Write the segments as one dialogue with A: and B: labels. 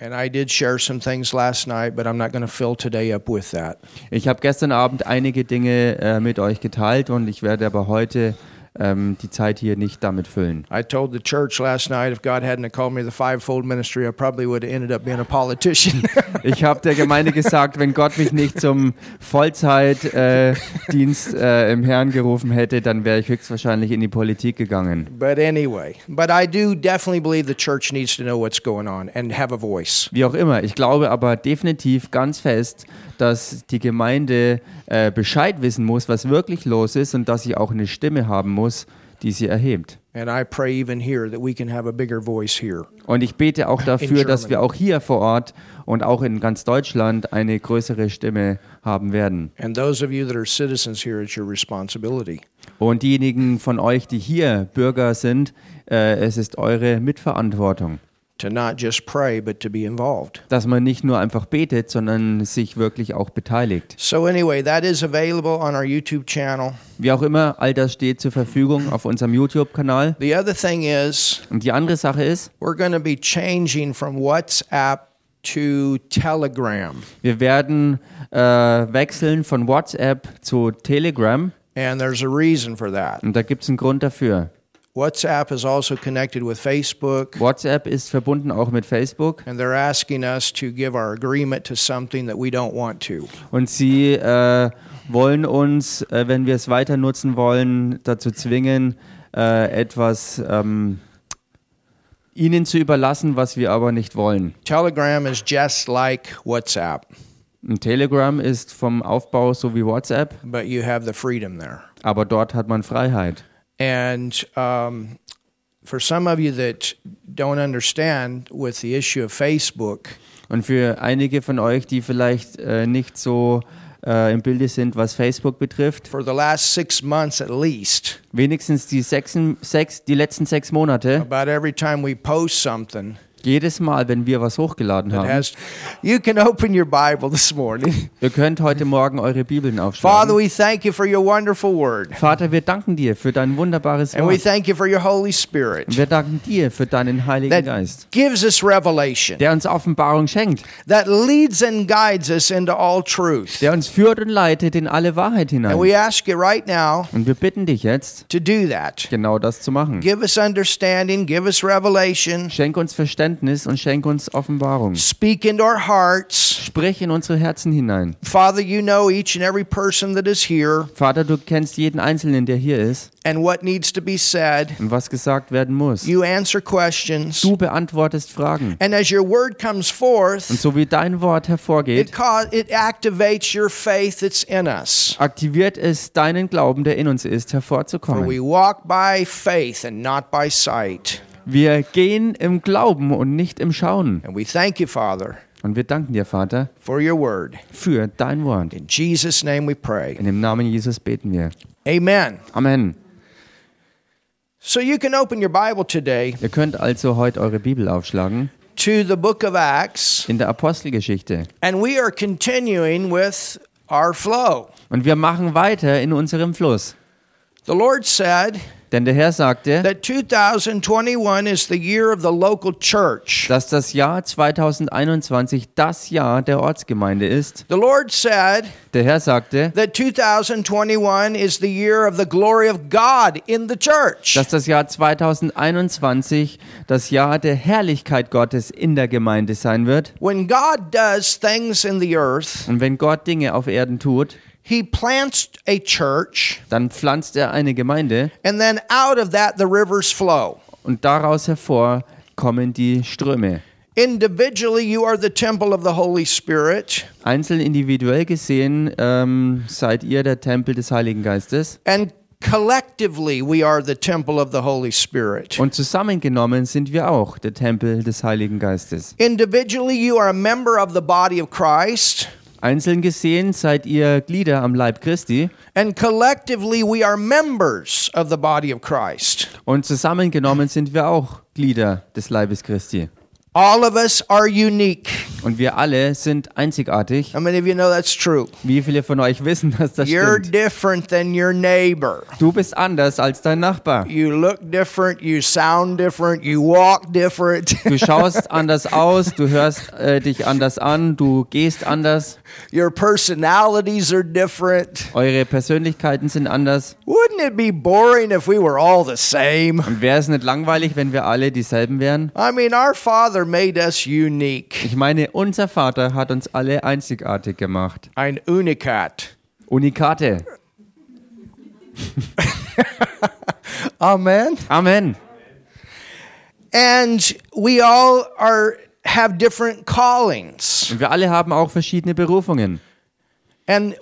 A: And I did share some things last night, but I'm not going to fill today up with that.
B: Ich habe gestern Abend einige Dinge äh, mit euch geteilt und ich werde aber heute ähm, die Zeit hier nicht damit füllen.
A: I told the church last night if God hadn't have called me to the fivefold ministry, I probably would have ended up being a politician.
B: Ich habe der Gemeinde gesagt, wenn Gott mich nicht zum Vollzeitdienst äh, Dienst, äh, im Herrn gerufen hätte, dann wäre ich höchstwahrscheinlich in die Politik gegangen.
A: but anyway, but I do definitely believe the church needs to know what's going on and have a voice.
B: Wie auch immer, ich glaube aber definitiv ganz fest, dass die Gemeinde äh, Bescheid wissen muss, was wirklich los ist und dass sie auch eine Stimme haben muss, die sie erhebt.
A: And I pray even here that we can have a bigger voice here.
B: Und ich bete auch dafür, dass
A: Germany.
B: wir auch hier vor Ort und auch in ganz Deutschland eine größere Stimme haben werden.
A: And those of you that are citizens here, it's your responsibility.
B: Und diejenigen von euch, die hier Bürger sind, äh, es ist eure Mitverantwortung,
A: to not just pray, but to be involved.
B: dass man nicht nur einfach betet, sondern sich wirklich auch beteiligt.
A: So, anyway, that is available on our YouTube channel.
B: Wie auch immer, all das steht zur Verfügung auf unserem YouTube-Kanal.
A: The other thing is,
B: Und die andere Sache ist,
A: we're going to be changing from WhatsApp to Telegram.
B: wir werden äh, wechseln von WhatsApp zu Telegram.
A: And there's a reason for that.
B: Und da gibt es einen Grund dafür.
A: WhatsApp is also connected with Facebook,
B: WhatsApp ist verbunden auch mit Facebook.
A: and they're asking us to give our agreement to something that we don't want to.
B: Und sie äh, wollen uns, äh, wenn wir es weiter nutzen wollen, dazu zwingen, äh, etwas ähm, ihnen zu überlassen, was wir aber nicht wollen.
A: Telegram is just like WhatsApp,
B: Und Telegram ist vom Aufbau so wie WhatsApp,
A: but you have the freedom there.
B: aber dort hat man Freiheit.
A: And um, for some of you that don't understand with the issue of Facebook,
B: Und für einige von euch, die vielleicht äh, nicht so äh, im Bilde sind, was Facebook betrifft,
A: for the last six months at least,
B: wenigstens die, sechs, sechs, die letzten sechs Monate,
A: about every time we post something,
B: jedes Mal, wenn wir was hochgeladen
A: it
B: haben,
A: has. You can open your Bible this morning.
B: ihr könnt heute Morgen eure Bibeln aufschlagen.
A: Father, we thank you for your wonderful word,
B: Vater, wir danken dir für dein wunderbares
A: and we
B: Wort.
A: thank you for your Holy Spirit
B: Wir danken dir für deinen Heiligen Geist,
A: that gives us revelation,
B: der uns Offenbarung schenkt,
A: that leads and guides us into all truth.
B: der uns führt und leitet in alle Wahrheit hinein.
A: And we ask you right now
B: Und wir bitten dich jetzt,
A: to do that.
B: genau das zu machen.
A: Give us understanding, give us revelation,
B: Schenk uns Verständnis und schenk uns Offenbarung.
A: speak into our hearts.
B: Sprich in unsere Herzen hinein.
A: Father, you know each and every person that is here
B: Vater, du kennst jeden Einzelnen, der hier ist
A: and what needs to be said.
B: und was gesagt werden muss.
A: You answer questions.
B: Du beantwortest Fragen.
A: And as your word comes
B: Und
A: forth,
B: so wie dein Wort
A: it,
B: hervorgeht,
A: ca- it activates your faith that's in us.
B: aktiviert es deinen Glauben, der in uns ist,
A: For
B: hervorzukommen.
A: we walk by faith and not by sight.
B: Wir gehen im Glauben und nicht im Schauen.
A: And we thank you, Father,
B: Und wir danken dir, Vater,
A: for your word.
B: für dein Wort.
A: In Jesus' name we pray.
B: In dem Namen Jesus beten wir.
A: Amen.
B: Amen.
A: So you can open your Bible today
B: Ihr könnt also heute eure Bibel aufschlagen
A: to the book of Acts,
B: in der Apostelgeschichte.
A: and we are continuing with our flow.
B: Und wir machen weiter in unserem Fluss.
A: The Lord said
B: Denn der Herr sagte,
A: that 2021 is the year of the local church.
B: dass das Jahr 2021 das Jahr der Ortsgemeinde ist.
A: The Lord said
B: Der Herr sagte,
A: that 2021 is the year of the glory of God in the church.
B: dass das Jahr 2021 das Jahr der Herrlichkeit Gottes in der Gemeinde sein wird.
A: when God does things in the earth,
B: Und wenn Gott Dinge auf Erden tut,
A: he plants a church,
B: dann pflanzt er eine Gemeinde
A: and then out of that the rivers flow.
B: und daraus hervor kommen die Ströme.
A: Individually, you are the temple of the Holy Spirit,
B: Einzeln individuell gesehen ähm, seid ihr der Tempel des Heiligen Geistes
A: and collectively, we are the temple of the Holy Spirit.
B: und zusammengenommen sind wir auch der Tempel des Heiligen Geistes.
A: Individually, you are a member of the body of Christ,
B: Einzeln gesehen seid ihr Glieder am Leib Christi
A: and collectively, we are members of the body of Christ.
B: und zusammengenommen sind wir auch Glieder des Leibes Christi.
A: All of us are unique.
B: Und wir alle sind einzigartig.
A: How many of you know that's true?
B: Wie viele von euch wissen, dass das
A: You're
B: stimmt?
A: different than your neighbor.
B: Du bist anders als dein Nachbar.
A: You look different, you sound different, you walk different,
B: Du schaust anders aus, du hörst äh, dich anders an, du gehst anders,
A: your personalities are different.
B: eure Persönlichkeiten sind anders.
A: Wouldn't it be boring if we were all the same?
B: Und wäre es nicht langweilig, wenn wir alle dieselben wären?
A: I mean, our Father made us unique.
B: Ich meine, unser Vater hat uns alle einzigartig gemacht.
A: Ein Unikat.
B: Unikate.
A: Amen.
B: Amen.
A: And we all are have different callings.
B: Und wir alle haben auch verschiedene Berufungen.
A: And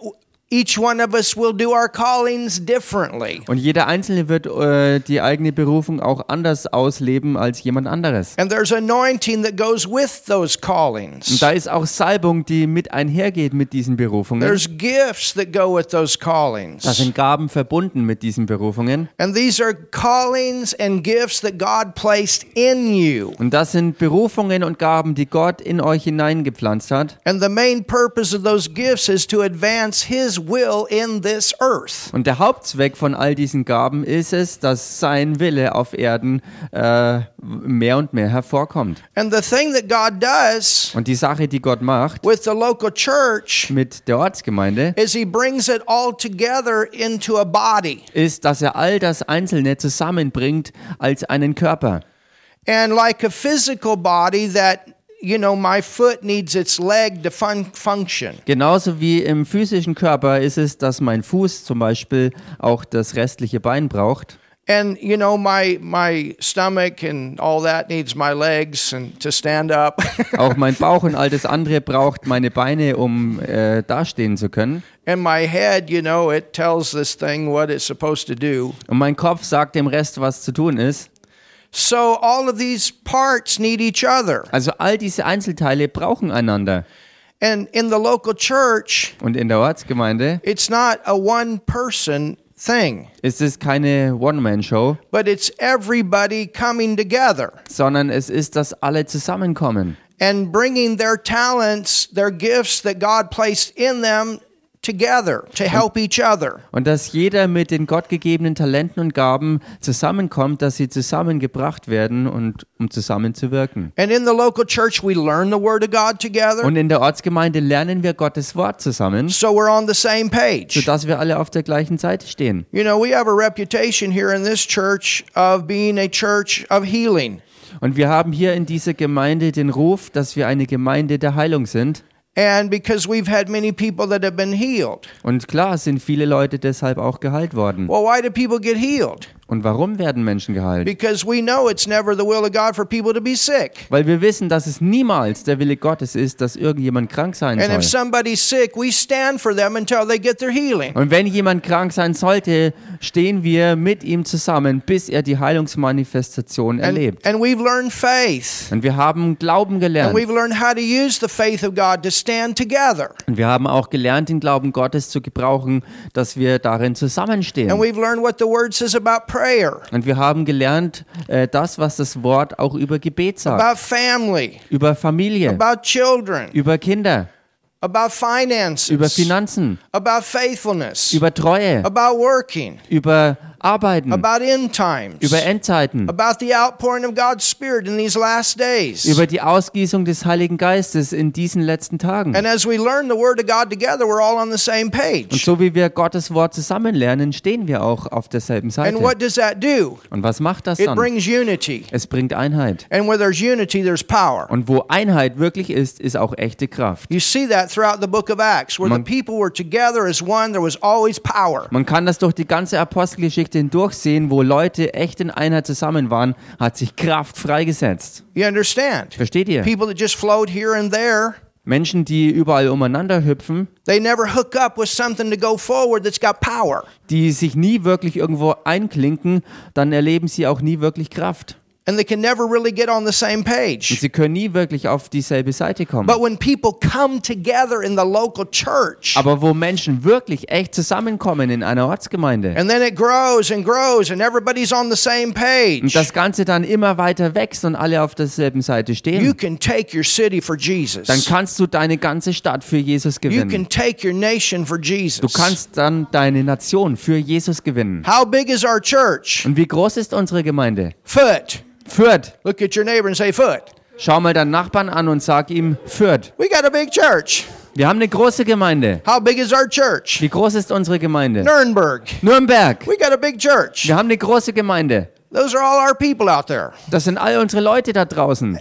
A: each one of us will do our callings differently.
B: Und jeder Einzelne wird äh, die eigene Berufung auch anders ausleben als jemand anderes.
A: And there's anointing that goes with those
B: Und
A: callings.
B: da ist auch Salbung, die mit einhergeht mit diesen Berufungen.
A: There's gifts that go with those
B: Da
A: callings.
B: sind Gaben verbunden mit diesen Berufungen.
A: And these are callings and gifts that God placed in you.
B: Und das sind Berufungen und Gaben, die Gott in euch hineingepflanzt hat.
A: And the main purpose of those gifts is to advance His will in this earth.
B: Und der Hauptzweck von all diesen Gaben ist es, dass sein Wille auf Erden äh, mehr und mehr hervorkommt.
A: And the thing that God does
B: Und die Sache, die Gott macht
A: with the local church
B: mit der Ortsgemeinde,
A: is he brings it all together into a body.
B: ist, dass er all das Einzelne zusammenbringt als einen Körper.
A: And like a physical body that, you know, my foot needs its leg to fun- function.
B: Genauso wie im physischen Körper ist es, dass mein Fuß zum Beispiel auch das restliche Bein braucht.
A: And you know, my my stomach and all that needs my legs and to stand up.
B: Auch mein Bauch und all das andere braucht meine Beine, um äh, dastehen zu können.
A: and my head, you know, it tells this thing what it's supposed to do.
B: Und mein Kopf sagt dem Rest, was zu tun ist.
A: So all of these parts need each other.
B: Also all diese Einzelteile brauchen einander.
A: And in the local church,
B: Und in der Ortsgemeinde
A: it's not a one person thing,
B: ist es keine One-Man-Show,
A: but it's everybody coming together.
B: sondern es ist, dass alle zusammenkommen
A: and bringing their talents, their gifts that God placed in them together to help each other.
B: und dass jeder mit den gottgegebenen Talenten und Gaben zusammenkommt, dass sie zusammengebracht werden und um zusammen zu wirken.
A: And in the local church, we learn the Word of God together,
B: Und in der Ortsgemeinde lernen wir Gottes Wort zusammen,
A: so we're on the same page.
B: sodass wir alle auf der gleichen Seite stehen.
A: You know, we have a reputation here in this church of being a church of healing.
B: Und wir haben hier in dieser Gemeinde den Ruf, dass wir eine Gemeinde der Heilung sind.
A: And because we've had many people that have been healed.
B: Und klar sind viele Leute deshalb auch geheilt worden.
A: Well, why do people get healed?
B: Und warum werden Menschen geheilt?
A: Because we know it's never the will of God for people to be sick.
B: Weil wir wissen, dass es niemals der Wille Gottes ist, dass irgendjemand krank sein
A: And if
B: soll.
A: somebody's sick, we stand for them until they get their healing.
B: Und wenn jemand krank sein sollte, stehen wir mit ihm zusammen, bis er die Heilungsmanifestation
A: And,
B: erlebt.
A: and we've learned faith.
B: Und wir haben Glauben
A: And
B: gelernt.
A: we've learned how to use the faith of God to stand together.
B: Und wir haben auch gelernt, den Glauben Gottes zu gebrauchen, dass wir darin
A: And
B: zusammenstehen.
A: we've learned what the word says about prayer,
B: Und wir haben gelernt, äh, das, was das Wort auch über Gebet sagt,
A: about family,
B: über Familie,
A: about children,
B: über Kinder,
A: about
B: über
A: finances,
B: Finanzen,
A: about faithfulness,
B: über Treue,
A: about working,
B: über Arbeiten,
A: about end times,
B: über Endzeiten,
A: about the outpouring of God's Spirit in these last days.
B: über die Ausgießung des Heiligen Geistes in diesen letzten Tagen.
A: And as we learn the word of God together, we're all on the same
B: Und
A: page.
B: so wie wir Gottes Wort zusammen lernen, stehen wir auch auf derselben Seite.
A: And what does that do?
B: Und was macht das
A: It
B: dann?
A: brings unity.
B: Es bringt Einheit.
A: And where there's unity, there's power.
B: Und wo Einheit wirklich ist, ist auch echte Kraft.
A: You see that throughout the book of Acts, where the
B: Man-
A: people were together as one, there was always power.
B: Man kann das durch die ganze Apostelgeschichte hindurch sehen, wo Leute echt in Einheit zusammen waren, hat sich Kraft freigesetzt.
A: You understand?
B: Versteht ihr?
A: People that just float here and there,
B: Menschen, die überall umeinander hüpfen,
A: they never hook up with something to go forward that's got power.
B: die sich nie wirklich irgendwo einklinken, dann erleben sie auch nie wirklich Kraft.
A: and they can never really get on the same
B: Und
A: page.
B: sie können nie wirklich auf dieselbe Seite kommen.
A: But when people come together in the local church,
B: Aber wo Menschen wirklich echt zusammenkommen in einer Ortsgemeinde
A: and then it grows and grows, and everybody's on the same
B: und
A: page,
B: das Ganze dann immer weiter wächst und alle auf derselben Seite
A: you
B: stehen,
A: can take your city for
B: dann
A: Jesus.
B: kannst du deine ganze Stadt für Jesus
A: You can
B: gewinnen.
A: take your nation for
B: Du
A: Jesus.
B: kannst dann deine Nation für Jesus gewinnen.
A: How big is our church?
B: Und wie groß ist unsere Gemeinde?
A: Foot.
B: Fürth.
A: Look at your neighbor and say, Foot.
B: Schau mal deinen Nachbarn an und sag ihm, Fürth.
A: We got a big church.
B: Wir haben eine große Gemeinde.
A: How big is our church?
B: Wie groß ist unsere Gemeinde?
A: Nürnberg.
B: Nürnberg.
A: We got a big church.
B: Wir haben eine große Gemeinde.
A: Those are all our people out there.
B: Das sind all unsere Leute da draußen.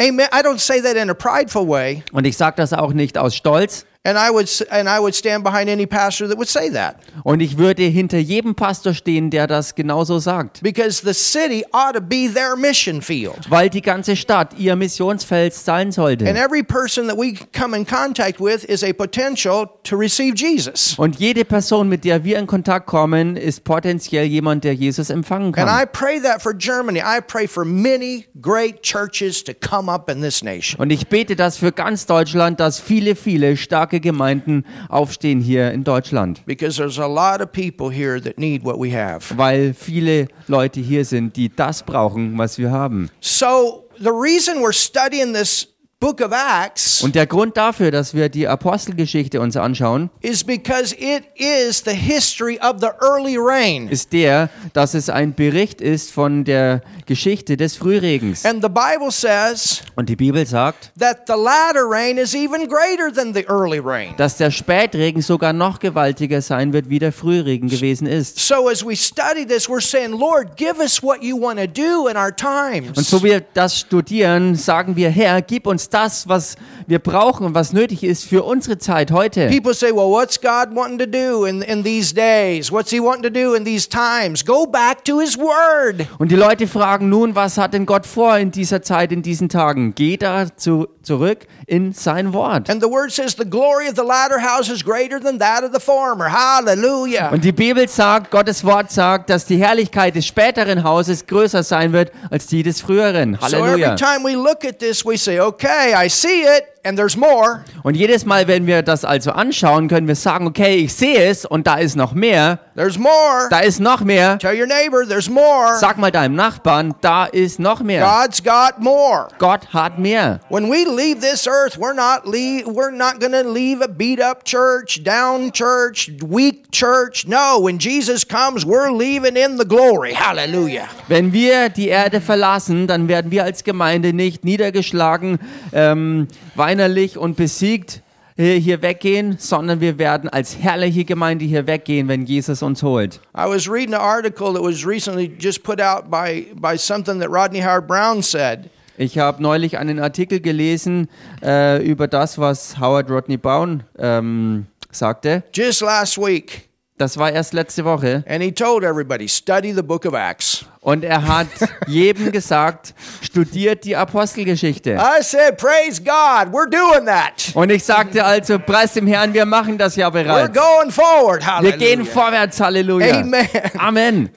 A: Amen. I don't say that in a prideful way,
B: Und ich sage das auch nicht aus Stolz.
A: and I would s- and I would stand behind any pastor that would say that
B: Und ich würde hinter jedem Pastor stehen, der das genauso sagt.
A: because the city ought to be their mission field.
B: Weil die ganze Stadt ihr Missionsfeld sein
A: And
B: sollte.
A: every person that we come in contact with is a potential to receive Jesus.
B: Und jede Person, mit der wir in Kontakt kommen, ist potenziell jemand, der Jesus empfangen
A: And
B: kann.
A: I pray that for Germany. I pray for many great churches to come up in this nation.
B: Und ich bete das für ganz Deutschland, dass viele, viele starke Gemeinden aufstehen hier in Deutschland.
A: Because there's a lot of people here that need what we have.
B: Weil viele Leute hier sind, die das brauchen, was wir haben.
A: So, the reason we're studying this book of Acts
B: Und der Grund dafür, dass wir die Apostelgeschichte uns anschauen,
A: is because it is the history of the early rain.
B: ist der, dass es ein Bericht ist von der Geschichte des Frühregens.
A: And the Bible says
B: Und die Bibel sagt,
A: that the latter rain is even greater than the early rain.
B: dass der Spätregen sogar noch gewaltiger sein wird, wie der Frühregen gewesen ist.
A: So as we study this, we're saying, Lord, give us what you want to do in our
B: Und
A: times.
B: so wir das studieren, sagen wir, Herr, gib uns das, was wir brauchen und was nötig ist für unsere Zeit heute.
A: People say, well, what's God wanting to do in, in these days? What's He wanting to do in these times? Go back to His Word.
B: Und die Leute fragen nun, was hat denn Gott vor in dieser Zeit, in diesen Tagen? Geh da zu, zurück in sein Wort.
A: And the Word says, the glory of the latter house is greater than that of the former. Hallelujah.
B: Und die Bibel sagt, Gottes Wort sagt, dass die Herrlichkeit des späteren Hauses größer sein wird als die des früheren.
A: So every
B: Halleluja.
A: time we look at this, we say, okay, I see it, and there's more.
B: Und jedes Mal, wenn wir das also anschauen, können wir sagen, okay, ich sehe es und da ist noch mehr,
A: There's more.
B: da ist noch mehr.
A: Tell your neighbor, there's more.
B: Sag mal deinem Nachbarn, da ist noch mehr.
A: God's got more.
B: Gott hat mehr.
A: When we leave this earth, we're not leave, we're not going to leave a beat up church, down church, weak church. No, when Jesus comes, we're leaving in the glory. Hallelujah.
B: Wenn wir die Erde verlassen, dann werden wir als Gemeinde nicht niedergeschlagen, ähm, weinerlich und besiegt äh, hier weggehen, sondern wir werden als herrliche Gemeinde hier weggehen, wenn Jesus uns holt.
A: I was reading an article that was recently just put out by by something that Rodney Howard Brown said.
B: Ich habe neulich einen Artikel gelesen äh, über das, was Howard Rodney Brown ähm, sagte.
A: Just last week,
B: Das war erst letzte Woche.
A: and he told everybody, study the book of Acts.
B: Und er hat jedem gesagt, studiert die Apostelgeschichte.
A: I said, Praise God, we're doing that.
B: Und ich sagte also, preis dem Herrn, wir machen das ja
A: We're
B: bereits.
A: going forward.
B: Wir gehen
A: Hallelujah.
B: vorwärts, Halleluja.
A: Amen.
B: Amen.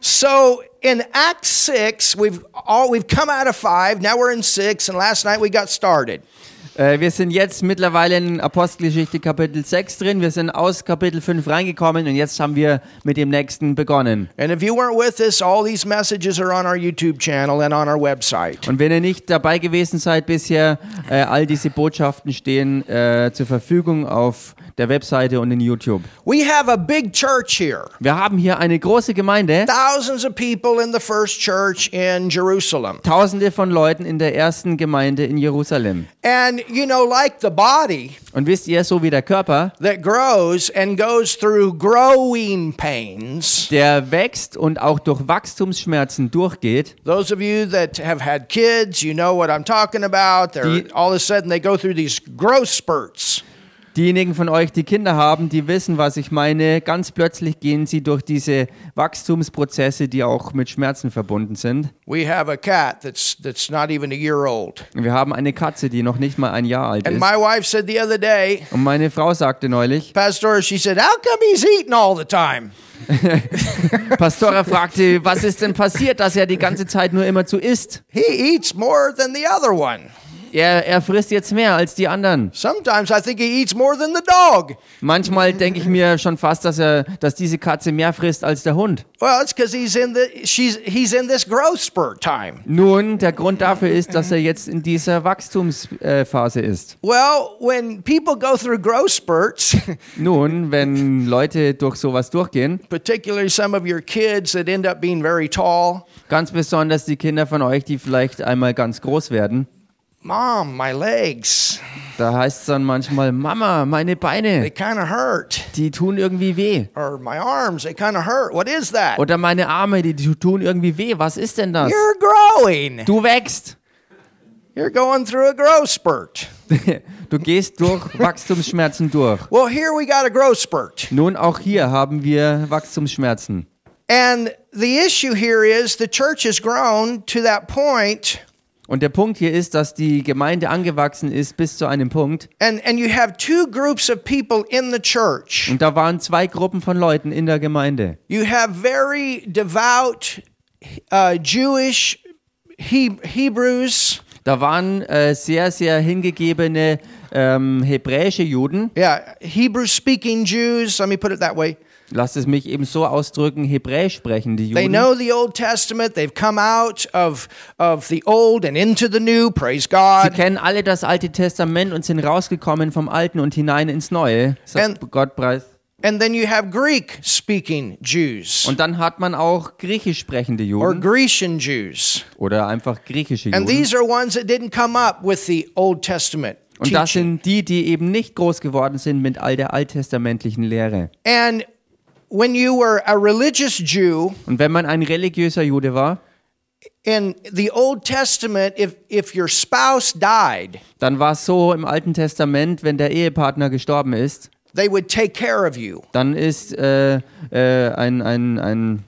A: So in Acts six, we've all we've come out of five. Now we're in six, and last night we got started.
B: Äh, wir sind jetzt mittlerweile in Apostelgeschichte Kapitel 6 drin. Wir sind aus Kapitel 5 reingekommen und jetzt haben wir mit dem nächsten begonnen.
A: And if you weren't with us, all these messages are on our YouTube channel and on our website.
B: Und wenn ihr nicht dabei gewesen seid bisher, äh, all diese Botschaften stehen äh, zur Verfügung auf der Webseite und in YouTube.
A: We have a big church here.
B: Wir haben hier eine große Gemeinde.
A: Thousands of people in the first church in Jerusalem.
B: Tausende von Leuten in der ersten Gemeinde in Jerusalem.
A: And you know, like the body
B: Und wisst ihr, so wie der Körper,
A: that grows and goes through growing pains,
B: der wächst und auch durch Wachstumsschmerzen durchgeht,
A: those of you that have had kids, you know what I'm talking about. They're,
B: Die-
A: all of a sudden, they go through these growth spurts.
B: diejenigen von euch, die Kinder haben, die wissen, was ich meine, ganz plötzlich gehen sie durch diese Wachstumsprozesse, die auch mit Schmerzen verbunden sind.
A: We have a cat that's that's not even a year old.
B: Und Wir haben eine Katze, die noch nicht mal ein Jahr alt
A: And
B: ist.
A: my wife said the other day,
B: Und meine Frau sagte neulich,
A: Pastor, she said, "How come he's eating all the time?"
B: Pastora fragte, was ist denn passiert, dass er die ganze Zeit nur immerzu isst?
A: He eats more than the other one.
B: Er, er frisst jetzt mehr als die anderen.
A: Sometimes I think he eats more than the dog.
B: Manchmal denke ich mir schon fast, dass er, dass diese Katze mehr frisst als der Hund.
A: Well, it's because he's in the she's he's in this growth spurt time.
B: Nun, der Grund dafür ist, dass er jetzt in dieser Wachstumsphase ist.
A: Well, when people go through growth spurts,
B: Nun, wenn Leute durch sowas durchgehen,
A: particularly some of your kids that end up being very tall,
B: ganz besonders die Kinder von euch, die vielleicht einmal ganz groß werden,
A: mom, my legs,
B: da heißt es dann manchmal, Mama,
A: they
B: meine Beine,
A: kind of hurt.
B: die tun irgendwie weh.
A: Or my arms, they kind of hurt. What is that?
B: Oder meine Arme, die tu- tun irgendwie weh. Was ist denn das?
A: You're growing.
B: Du wächst.
A: You're going through a growth spurt.
B: Du gehst durch Wachstumsschmerzen durch.
A: Well, here we got a growth spurt.
B: Nun, auch hier haben wir Wachstumsschmerzen.
A: And the issue here is the church has grown to that point,
B: Und der Punkt hier ist, dass die Gemeinde angewachsen ist bis zu einem Punkt.
A: and, and you have two groups of people in the church.
B: Und da waren zwei Gruppen von Leuten in der Gemeinde.
A: You have very devout uh, Jewish he- Hebrews.
B: Da waren äh, sehr, sehr hingegebene ähm, hebräische Juden.
A: Yeah, Hebrew speaking Jews, let me put it that way.
B: Lasst es mich eben so ausdrücken, hebräisch sprechende
A: They
B: Juden.
A: know the Old Testament. They've come out of, of the old and into the new. Praise
B: Sie
A: God.
B: kennen alle das Alte Testament und sind rausgekommen vom Alten und hinein ins Neue. Sagt
A: And-
B: Gott preis.
A: And then you have Greek speaking Jews
B: Und dann hat man auch griechisch sprechende
A: or
B: Juden
A: Grecian Jews.
B: oder einfach griechische
A: And
B: Juden.
A: these are ones that didn't come up with the Old Testament.
B: Und das
A: teaching.
B: sind die, die eben nicht groß geworden sind mit all der alttestamentlichen Lehre.
A: And when you were a religious Jew
B: Und wenn man ein religiöser Jude war,
A: in the Old Testament, if, if your spouse died,
B: dann war es so im Alten Testament, wenn der Ehepartner gestorben ist,
A: they would take care of you.
B: dann ist äh, äh, ein, ein, ein,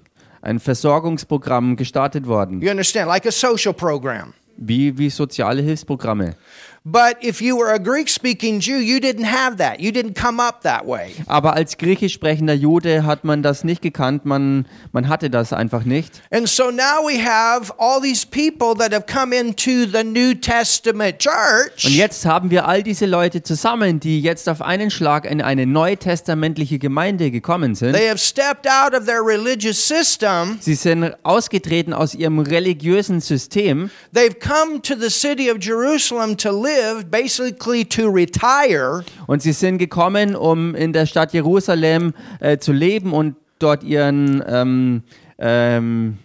B: ein Versorgungsprogramm gestartet worden,
A: You understand? Like a social program.
B: wie, wie soziale Hilfsprogramme.
A: But if you were a Greek speaking Jew, you didn't have that. You didn't come up that way.
B: Aber als griechisch sprechender Jude hat man das nicht gekannt, man, man hatte das einfach nicht.
A: And so now we have all these people that have come into the New Testament church.
B: Und jetzt haben wir all diese Leute zusammen, die jetzt auf einen Schlag in eine neutestamentliche Gemeinde gekommen sind.
A: they have stepped out of their religious system.
B: Sie sind ausgetreten aus ihrem religiösen System.
A: They've come to the city of Jerusalem to live, basically to retire.
B: Und sie sind gekommen, um in der Stadt Jerusalem äh, zu leben und dort ihren ähm, ähm,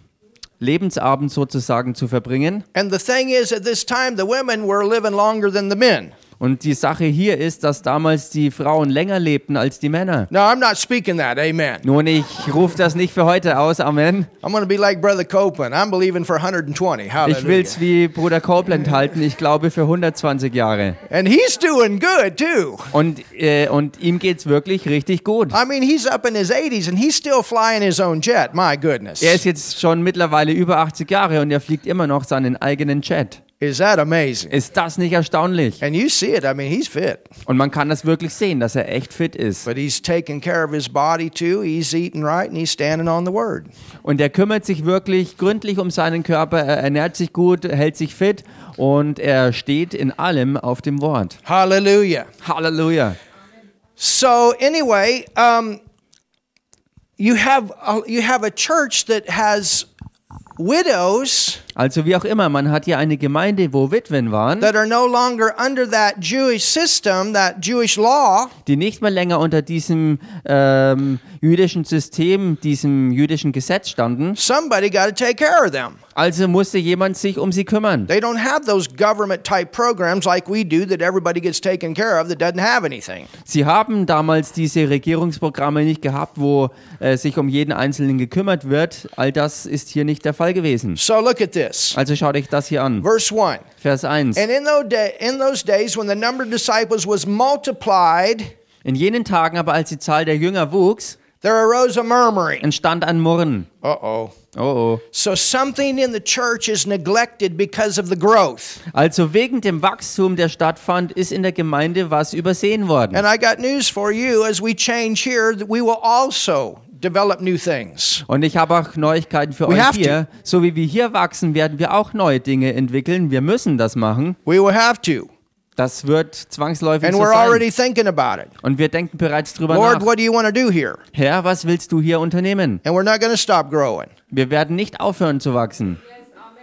B: Lebensabend sozusagen zu verbringen.
A: And the thing is, at this time, the women were living longer than the men.
B: Und die Sache hier ist, dass damals die Frauen länger lebten als die Männer.
A: No, I'm not speaking that. Amen.
B: Nun, ich rufe das nicht für heute aus, Amen.
A: I'm going to be like Brother Copeland. I'm believing for 120.
B: Ich
A: Hallelujah.
B: will's wie Bruder Copeland halten, ich glaube für 120 Jahre.
A: And he's doing good, too.
B: Und, äh, und ihm geht's wirklich richtig gut.
A: I mean, he's up in his 80s and he's still flying his own jet. My goodness.
B: Er ist jetzt schon mittlerweile über 80 Jahre und er fliegt immer noch seinen eigenen Jet.
A: Is that amazing?
B: Ist das nicht erstaunlich?
A: And you see it. I mean, he's fit,
B: Und man kann das wirklich sehen, dass er echt fit ist.
A: but he's taking care of his body too. He's eating right and he's standing on the word.
B: Und er kümmert sich wirklich gründlich um seinen Körper, er ernährt sich gut, hält sich fit und er steht in allem auf dem Wort.
A: Hallelujah.
B: Halleluja.
A: So anyway, um, you have a, you have a church that has widows
B: Also wie auch immer, man hat hier eine Gemeinde, wo Witwen waren,
A: that are no longer under that Jewish system, that Jewish law,
B: die nicht mehr länger unter diesem ähm, jüdischen System, diesem jüdischen Gesetz standen.
A: somebody got to take care of them.
B: Also musste jemand sich um sie kümmern.
A: They don't have those government type programs like we do that everybody gets taken care of that doesn't have anything.
B: Sie haben damals diese Regierungsprogramme nicht gehabt, wo äh, sich um jeden Einzelnen gekümmert wird. All das ist hier nicht der Fall gewesen.
A: So look at this.
B: Also schaut euch das hier an.
A: Verse 1.
B: Vers 1.
A: And in those, da- in those days when the number of disciples was multiplied,
B: In jenen Tagen aber, als die Zahl der Jünger wuchs,
A: there arose a murmuring.
B: entstand ein Murren.
A: Uh oh.
B: Oh, oh.
A: So something in the church is neglected because of the growth.
B: Also wegen dem Wachstum, der stattfand, ist in der Gemeinde was übersehen worden.
A: And I got news for you as we change here that we will also develop new things.
B: Und ich habe auch Neuigkeiten für
A: We
B: euch
A: have to.
B: hier. So wie wir hier wachsen, werden wir auch neue Dinge entwickeln. Wir müssen das machen.
A: We will have to.
B: Das wird zwangsläufig
A: And
B: so
A: we're
B: sein.
A: already thinking about it.
B: Und wir denken bereits drüber
A: Lord,
B: nach.
A: what do you want to do here?
B: Herr, was willst du hier unternehmen?
A: And we're not going to stop growing.
B: Wir werden nicht aufhören zu wachsen.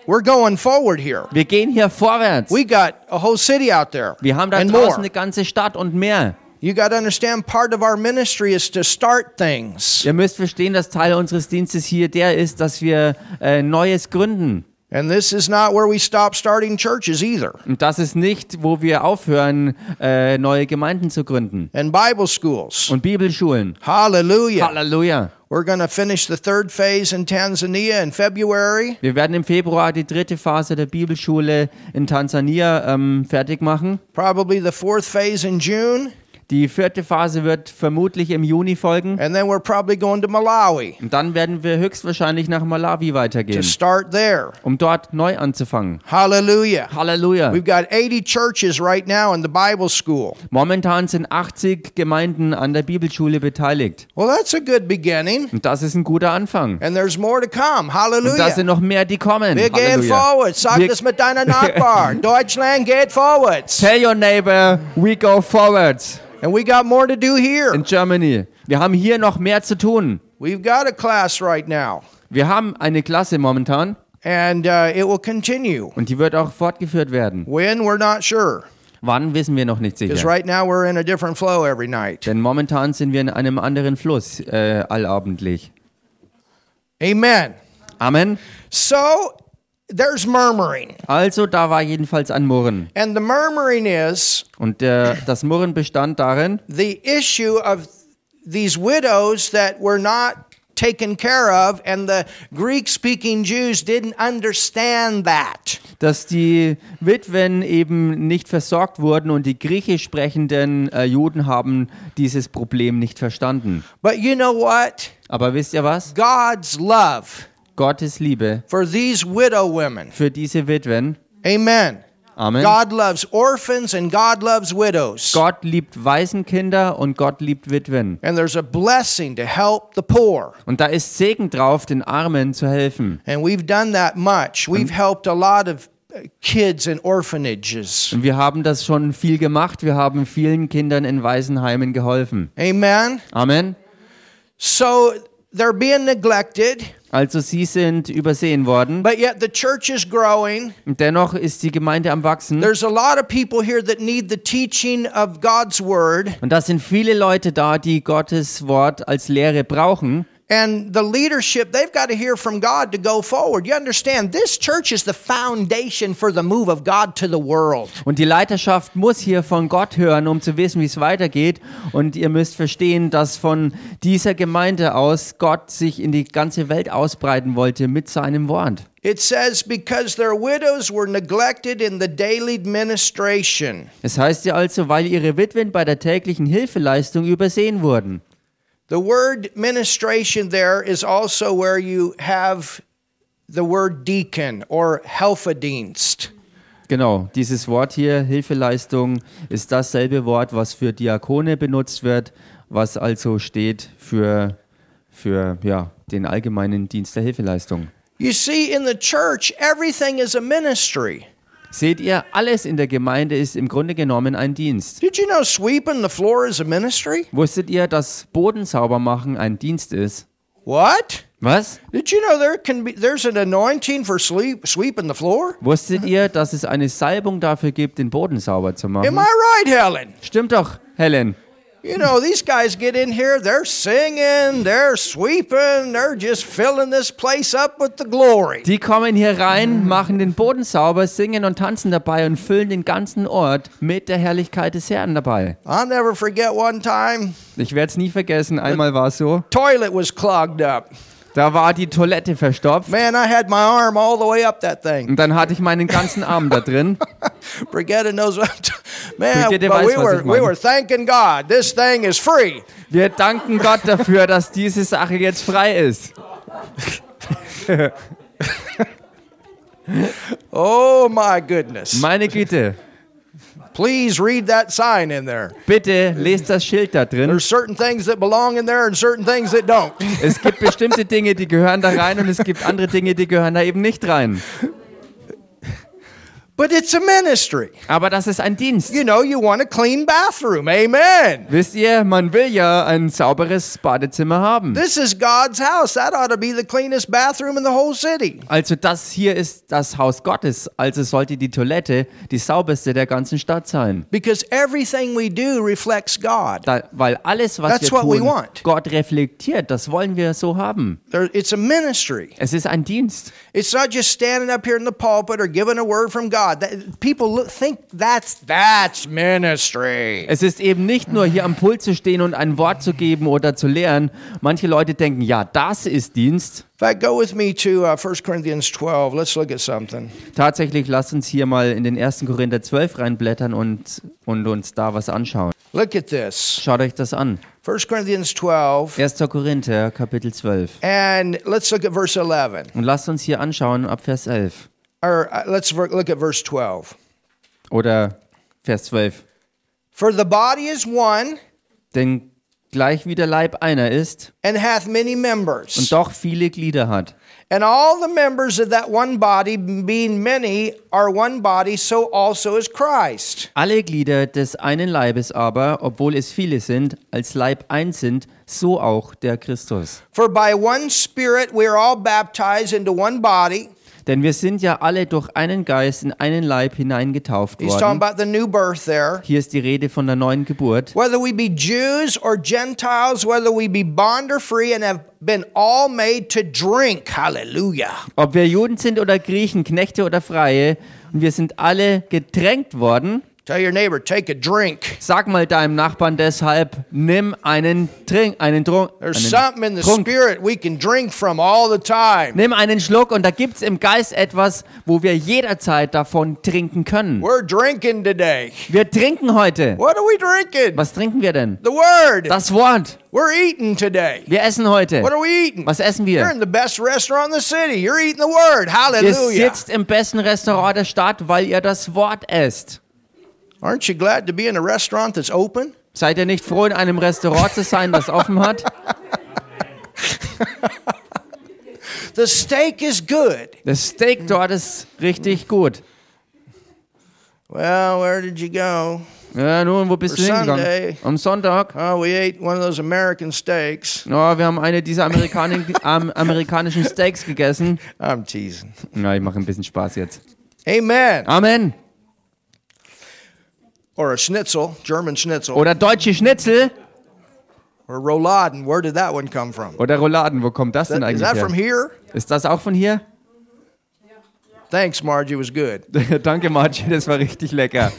A: We're going forward here.
B: Wir gehen hier vorwärts.
A: We got a whole city out there
B: Wir haben da
A: and
B: draußen
A: more.
B: eine ganze Stadt und mehr.
A: You got to understand part of our ministry is to start things.
B: Ihr müsst verstehen, dass Teil unseres Dienstes hier der ist, dass wir äh, Neues gründen.
A: And this is not where we stop starting churches either.
B: Und das ist nicht, wo wir aufhören, äh, neue Gemeinden zu gründen.
A: And Bible schools.
B: Und Bibelschulen.
A: Hallelujah.
B: Halleluja.
A: We're going to finish the third phase in Tanzania in February.
B: Wir werden im Februar die dritte Phase der Bibelschule in Tansania ähm, fertig machen.
A: probably the fourth phase in June,
B: Die vierte Phase wird vermutlich im Juni folgen.
A: and then we're probably going to Malawi
B: Und dann werden wir höchstwahrscheinlich nach Malawi
A: to
B: weitergehen,
A: start there.
B: um dort neu anzufangen.
A: Hallelujah.
B: Halleluja.
A: We've got 80 churches right now in the Bible school.
B: Momentan sind 80 Gemeinden an der Bibelschule beteiligt.
A: Well, that's a good beginning,
B: Und das ist ein guter Anfang.
A: and there's more to come.
B: Und da sind
A: Hallelujah.
B: noch mehr, die kommen.
A: Wir gehen
B: Halleluja.
A: forward. Sag
B: Wir-
A: das mit deiner Nachbar. Deutschland geht vorwärts.
B: Tell your neighbor, we go forwards
A: And we got more to do here.
B: in Germany. Wir haben hier noch mehr zu tun.
A: We've got a class right now,
B: Wir haben eine Klasse momentan
A: and uh, it will continue.
B: und die wird auch fortgeführt werden.
A: When? We're not sure.
B: Wann wissen wir noch nicht
A: Because
B: sicher.
A: right now we're in a different flow every night.
B: Denn momentan sind wir in einem anderen Fluss äh, allabendlich.
A: Amen.
B: Amen.
A: So there's murmuring.
B: Also da war jedenfalls ein Murren.
A: And the murmuring is
B: Und der, das Murren bestand darin,
A: the issue of these widows that were not taken care of, and the Greek speaking Jews didn't understand that.
B: dass die Witwen eben nicht versorgt wurden und die griechisch sprechenden äh, Juden haben dieses Problem nicht verstanden.
A: But you know what?
B: Aber wisst ihr was?
A: God's love
B: Gottes Liebe
A: for these widow women.
B: für diese Witwen.
A: Amen.
B: Amen.
A: God loves orphans and God loves widows.
B: Gott liebt Waisenkinder und Gott liebt Witwen.
A: And there's a blessing to help the poor.
B: Und da ist Segen drauf, den Armen zu helfen.
A: And we've done that much. We've helped a lot of uh, kids in orphanages.
B: Und wir haben das schon viel gemacht. Wir haben vielen Kindern in Waisenheimen geholfen.
A: Amen.
B: Amen.
A: So they're being neglected,
B: Also sie sind übersehen worden.
A: but yet the church is growing.
B: Und dennoch ist die Gemeinde am Wachsen.
A: There's a lot of people here that need the teaching of God's word,
B: Und das sind viele Leute da, die Gottes Wort als Lehre brauchen.
A: and the leadership, they've got to hear from God to go forward. You understand, this church is the foundation for the move of God to the world.
B: Und die Leiterschaft muss hier von Gott hören, um zu wissen, wie es weitergeht. Und ihr müsst verstehen, dass von dieser Gemeinde aus Gott sich in die ganze Welt ausbreiten wollte mit seinem Wort.
A: It says, because their widows were neglected in the daily administration.
B: Es heißt ja also, weil ihre Witwen bei der täglichen Hilfeleistung übersehen wurden.
A: The word ministration there is also where you have the word deacon or Helferdienst.
B: Genau, dieses Wort hier, Hilfeleistung, ist dasselbe Wort, was für Diakone benutzt wird, was also steht für, für ja, den allgemeinen Dienst der Hilfeleistung.
A: You see, in the church, everything is a ministry.
B: Seht ihr, alles in der Gemeinde ist im Grunde genommen ein Dienst.
A: Did you know sweeping the floor is a ministry?
B: Wusstet ihr, dass Boden sauber machen ein Dienst ist?
A: What?
B: Was?
A: Did you know there can be there's an anointing for sleep sweeping the floor?
B: Wusstet ihr, dass es eine Salbung dafür gibt, den Boden sauber zu
A: Am
B: machen?
A: I right, Helen?
B: Stimmt doch, Helen.
A: You know, these guys get in here, they're singing, they're sweeping, they're just filling this place up with the glory.
B: Die kommen hier rein, machen den Boden sauber, singen und tanzen dabei und füllen den ganzen Ort mit der Herrlichkeit des Herrn dabei.
A: I'll never forget one time
B: Ich werde es nie vergessen, einmal war es so,
A: toilet was clogged up.
B: da war die Toilette verstopft
A: Man, I had my arm all the way up that thing.
B: und dann hatte ich meinen ganzen Arm da drin.
A: Brigetta knows what I'm t- Man,
B: Brigitte
A: but
B: weiß,
A: we
B: was
A: were,
B: ich
A: we
B: meine.
A: were thanking God. This thing is free.
B: Wir danken Gott dafür, dass diese Sache jetzt frei ist.
A: Oh, my goodness.
B: Meine Güte.
A: Please read that sign in there.
B: Bitte lest das Schild da drin.
A: There's certain things that belong in there and certain things that don't.
B: Es gibt bestimmte Dinge, die gehören da rein und es gibt andere Dinge, die gehören da eben nicht rein.
A: But it's a ministry.
B: Aber das ist ein Dienst.
A: You know, you want a clean bathroom. Amen.
B: Wisst ihr, man will ja ein sauberes Badezimmer haben.
A: This is God's house. That ought to be the cleanest bathroom in the whole city.
B: Also das hier ist das Haus Gottes, also sollte die Toilette die sauberste der ganzen Stadt sein.
A: Because everything we do reflects God.
B: Da, weil alles, was
A: That's
B: wir
A: what we
B: tun,
A: want.
B: Gott reflektiert, das wollen wir so haben.
A: There, it's a ministry.
B: Es ist ein Dienst.
A: It's not just standing up here in the pulpit or giving a word from God. That, people look, think that's that's ministry.
B: Es ist eben nicht nur hier am Pult zu stehen und ein Wort zu geben oder zu lehren. Manche Leute denken, ja, das ist Dienst.
A: In fact, go with me to uh, 1 Corinthians 12. Let's look at something.
B: Tatsächlich, lasst uns hier mal in den 1. Korinther 12 reinblättern und, und uns da was anschauen.
A: Look at this.
B: Schaut euch das an.
A: 1 Corinthians 12.
B: 1. Korinther, Kapitel 12.
A: And let's look at verse 11.
B: Und lasst uns hier anschauen ab Vers 11.
A: Or uh, let's ver- look at verse 12.
B: Oder Vers 12.
A: For the body is one
B: Denn gleich wie der Leib einer ist
A: and hath many
B: und
A: members.
B: doch viele Glieder hat.
A: And all the members of that one body, being many, are one body, so also is Christ.
B: Alle Glieder des einen Leibes aber, obwohl es viele sind, als Leib eins sind, so auch der Christus.
A: For by one Spirit we are all baptized into one body.
B: Denn wir sind ja alle durch einen Geist in einen Leib hineingetauft
A: He's talking
B: worden.
A: about the new birth there.
B: Hier ist die Rede von der neuen Geburt.
A: Whether we be Jews or Gentiles, whether we be bond or free, and have been all made to drink. Hallelujah.
B: Ob wir Juden sind oder Griechen, Knechte oder Freie, und wir sind alle getränkt worden.
A: Tell your neighbor, take a drink.
B: Sag mal deinem Nachbarn deshalb, nimm einen Trink, einen Trunk,
A: There's
B: einen
A: something in the
B: Trunk.
A: spirit we can drink from all the time.
B: Nimm einen Schluck und da gibt's im Geist etwas, wo wir jederzeit davon trinken können.
A: We're drinking today.
B: Wir trinken heute.
A: What are we drinking?
B: Was trinken wir denn?
A: The word.
B: Das Wort.
A: We're eating today.
B: Wir essen heute.
A: What are we eating?
B: Was essen
A: You're
B: wir?
A: in the best restaurant in the city. You're eating the word.
B: Ihr
A: Hallelujah.
B: sitzt im besten Restaurant der Stadt, weil ihr das Wort esst.
A: Aren't you glad to be in a restaurant that's open?
B: Seid ihr nicht froh, in einem Restaurant zu sein, das offen hat?
A: The steak is good.
B: Das Steak dort ist richtig gut.
A: Well, where did you go?
B: Ja, nun, wo bist du hingegangen?
A: Sunday.
B: Am Sonntag?
A: Oh, we ate one of those American steaks.
B: Ja, wir haben eine dieser Amerikanin, am, amerikanischen Steaks gegessen.
A: I'm teasing.
B: Na, ich mache ein bisschen Spaß jetzt.
A: Amen.
B: Amen.
A: Or a schnitzel, German schnitzel,
B: Oder deutsche Schnitzel.
A: or Rouladen. Where did that one come from?
B: Oder Rouladen, wo kommt das denn
A: Is
B: eigentlich
A: that from
B: her?
A: here?
B: Ist das auch von hier?
A: Thanks, Margie. It was good.
B: Danke, Margie, das war richtig lecker.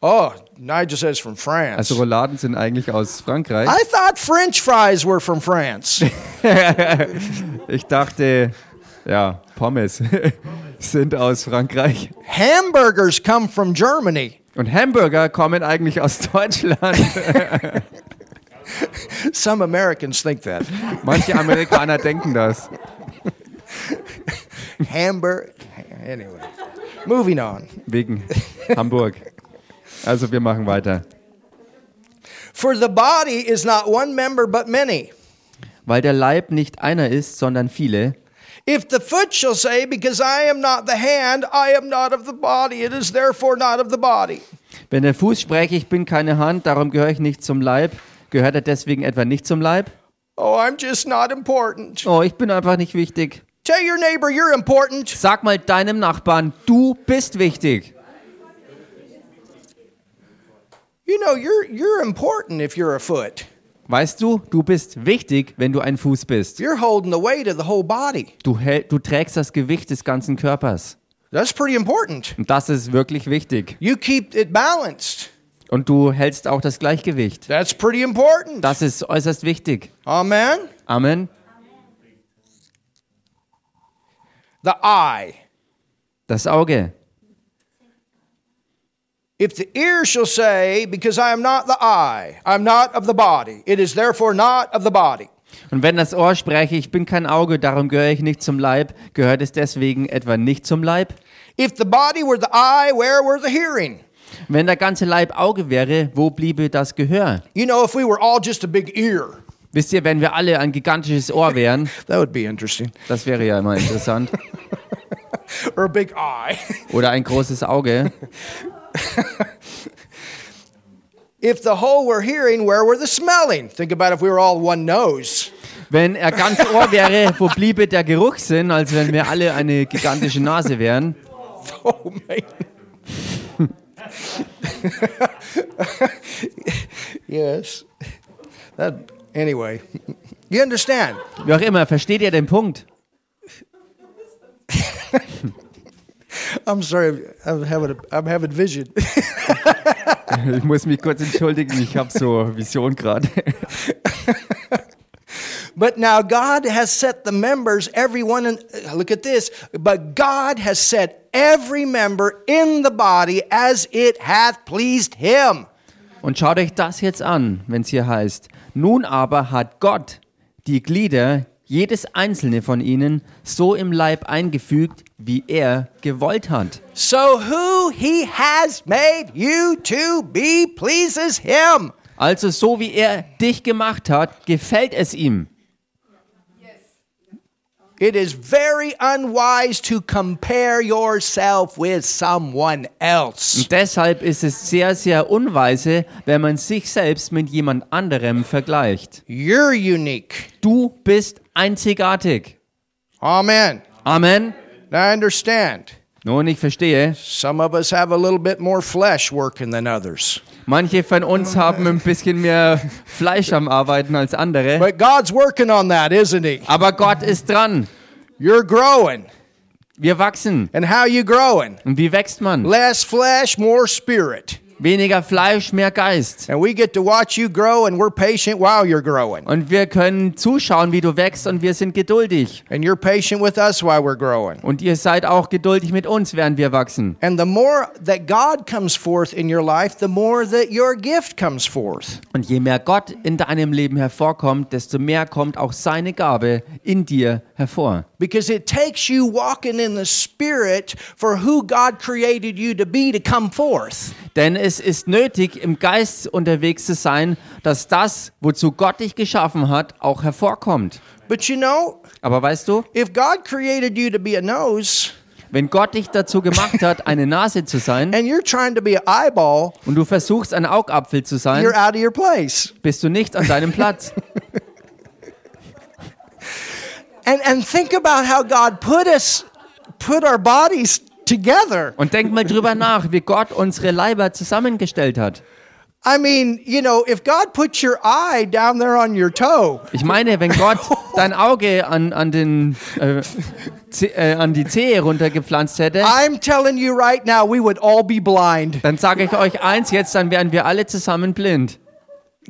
A: Oh, Nigel says from France.
B: Also Rouladen sind eigentlich aus Frankreich.
A: I thought French fries were from France.
B: Ich dachte, ja, Pommes sind aus Frankreich.
A: Hamburgers come from Germany.
B: Und Hamburger kommen eigentlich aus Deutschland.
A: Some Americans think that.
B: Manche Amerikaner denken das.
A: Hamburg. Anyway, moving on.
B: Wegen Hamburg. Also wir machen weiter.
A: For the body is not one member, but many.
B: Weil der Leib nicht einer ist, sondern viele.
A: If the foot shall say, Because I am not the hand, I am not of the body, it is therefore not of the body.
B: Wenn der Fuß spräche, ich bin keine Hand, darum gehöre ich nicht zum Leib, gehört er deswegen etwa nicht zum Leib?
A: Oh, I'm just not important.
B: Oh, ich bin einfach nicht wichtig.
A: Tell your neighbor you're important.
B: Sag mal deinem Nachbarn, du bist wichtig.
A: You know, you're, you're important if you're a foot.
B: Weißt du, du bist wichtig, wenn du ein Fuß bist.
A: You're holding the weight of the whole body.
B: Du, hält, du trägst das Gewicht des ganzen Körpers.
A: That's pretty important.
B: Und das ist wirklich wichtig.
A: You keep it balanced.
B: Und du hältst auch das Gleichgewicht.
A: That's pretty important.
B: Das ist äußerst wichtig.
A: Amen.
B: Amen.
A: The eye.
B: Das Auge.
A: If the ear shall say, Because I am not the eye, I'm not of the body, it is therefore not of the body.
B: Und wenn das Ohr spreche, ich bin kein Auge, darum gehöre ich nicht zum Leib, gehört es deswegen etwa nicht zum Leib?
A: If the body were the eye, where were the hearing?
B: Wenn der ganze Leib Auge wäre, wo bliebe das Gehör?
A: You know, if we were all just a big ear,
B: Wisst ihr, wenn wir alle ein gigantisches Ohr wären,
A: that would be interesting.
B: das wäre ja immer interessant,
A: Or a big eye.
B: oder ein großes Auge,
A: if the whole were hearing, where were the smelling? Think about if we were all one nose.
B: wenn er ganz Ohr wäre, wo bliebe der Geruchssinn, als wenn wir alle eine gigantische Nase wären?
A: Oh man. yes. That anyway. You understand?
B: Wie auch immer, versteht ihr den Punkt?
A: I'm sorry. I'm having a, I'm having vision.
B: Ich muss mich kurz entschuldigen, ich habe so Vision gerade.
A: But now God has set the members, everyone, in, look at this. But God has set every member in the body as it hath pleased him.
B: Und schaut euch das jetzt an, wenn es hier heißt, nun aber hat Gott die Glieder, jedes einzelne von ihnen, so im Leib eingefügt, wie er gewollt hat.
A: So who he has made you to be pleases him.
B: Also so wie er dich gemacht hat, gefällt es ihm.
A: It is very unwise to compare yourself with someone else.
B: Und deshalb ist es sehr, sehr unweise, wenn man sich selbst mit jemand anderem vergleicht.
A: You're unique.
B: Du bist einzigartig.
A: Amen.
B: Amen.
A: Now I understand.
B: Nun, ich verstehe,
A: Some of us have a little bit more flesh working than others.
B: manche von uns haben ein bisschen mehr Fleisch am Arbeiten als andere.
A: But God's working on that, isn't he?
B: Aber Gott ist dran.
A: You're growing.
B: Wir wachsen.
A: And how you growing?
B: Und wie wächst man?
A: Less flesh, more spirit.
B: Weniger Fleisch, mehr Geist.
A: And we get to watch you grow and we're patient while you're growing.
B: Und wir können zuschauen, wie du wächst und wir sind geduldig.
A: And you're patient with us while we're growing.
B: Und ihr seid auch geduldig mit uns, während wir wachsen.
A: And the more that God comes forth in your life, the more that your gift comes forth.
B: Und je mehr Gott in deinem Leben hervorkommt, desto mehr kommt auch seine Gabe in dir hervor.
A: Because it takes you walking in the Spirit for who God created you to be to come forth.
B: Denn es ist nötig, im Geist unterwegs zu sein, dass das, wozu Gott dich geschaffen hat, auch hervorkommt.
A: But you know,
B: Aber weißt du,
A: if God created you to be a nose
B: wenn Gott dich dazu gemacht hat, eine Nase zu sein
A: and you're trying to be an eyeball,
B: und du versuchst, ein Augapfel zu sein,
A: you're out of your place.
B: bist du nicht an deinem Platz.
A: And and think about how God put us put our bodies together.
B: Und denk mal drüber nach, wie Gott unsere Leiber zusammengestellt hat.
A: I mean, you know, if God put your eye down there on your toe,
B: Ich meine, wenn Gott dein Auge an, an, den, äh, Ze- äh, an die Zehe runtergepflanzt hätte,
A: I'm telling you right now, we would all be blind.
B: dann sage ich euch eins jetzt, dann wären wir alle zusammen blind.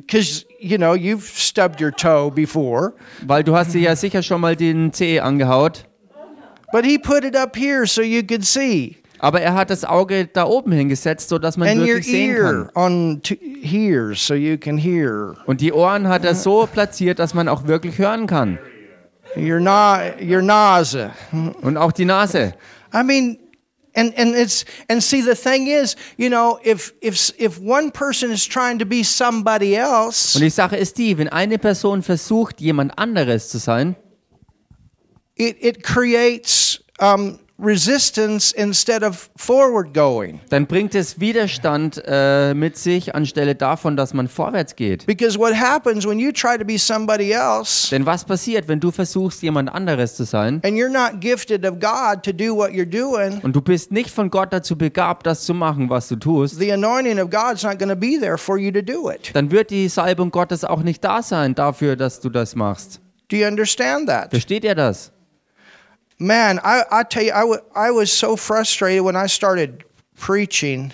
A: Because, you know, you've stubbed your toe before,
B: Weil du hast dir ja sicher schon mal den Zeh angehaut.
A: but he put it up here so you could see.
B: Aber er hat das Auge da oben hingesetzt, sodass man
A: And your
B: wirklich sehen
A: ear
B: kann.
A: on t- here so you can hear.
B: Und die Ohren hat er so platziert, dass man auch wirklich hören kann.
A: Your, na- your nose.
B: Und auch die Nase.
A: I mean, and and it's and see the thing is, you know, if if if one person is trying to be somebody else,
B: Und die Sache ist die, wenn eine Person versucht, jemand anderes zu sein,
A: it it creates um, resistance instead of forward going.
B: dann bringt es Widerstand äh, mit sich anstelle davon, dass man vorwärts geht.
A: Because what happens when you try to be somebody else
B: Denn was passiert, wenn du versuchst, jemand anderes zu sein
A: and you're not gifted of God to do what you're doing?
B: und du bist nicht von Gott dazu begabt, das zu machen, was du tust,
A: The anointing of God's not going to be there for you to do it.
B: dann wird die Salbung Gottes auch nicht da sein dafür, dass du das machst.
A: Do you understand that?
B: Versteht ihr das?
A: Man, I, I tell you, I wa- I was so frustrated when I started preaching.